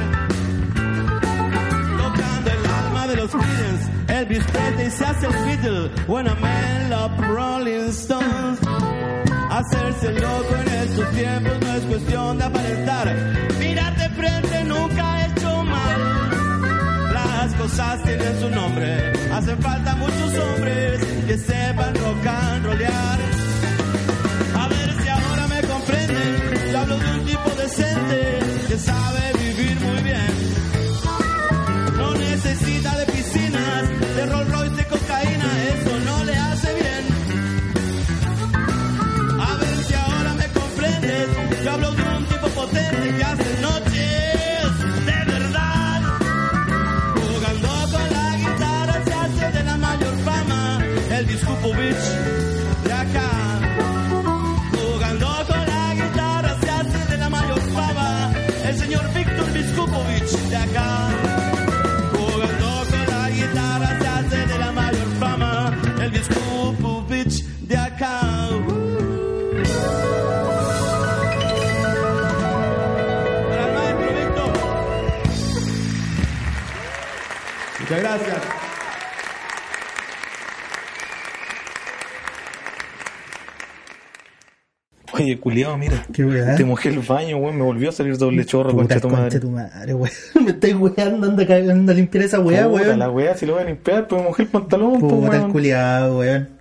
S3: tocando el alma de los Beatles. Elvis Presley se hace el Beatle. When a man love Rolling Stones. Hacerse loco en estos tiempos no es cuestión de aparentar. Mirar de frente nunca ha hecho mal. Las cosas tienen su nombre. Hacen falta muchos hombres que sepan rock and rollear. A ver si ahora me comprenden. Yo hablo de un tipo decente Skupovich de acá. Jugando con la guitarra se hace de la mayor fama el señor Víctor Biskupovich de acá. Jugando con la guitarra se hace de la mayor fama el Biskupovich de acá. Para el maestro Víctor. Muchas gracias.
S2: Oye, culiado, mira.
S1: Qué weá.
S2: Te mojé el baño, weón. Me volvió a salir doble chorro,
S1: ¿Eh? Puta,
S2: concha tu madre.
S1: tu madre, weón. Me estoy weando, anda, ca- anda a limpiar esa weá,
S2: Puta,
S1: weón.
S2: la weá, si lo voy a limpiar, pues me mojé el pantalón, pues,
S1: Puta el
S2: weón.
S1: culiado, weón.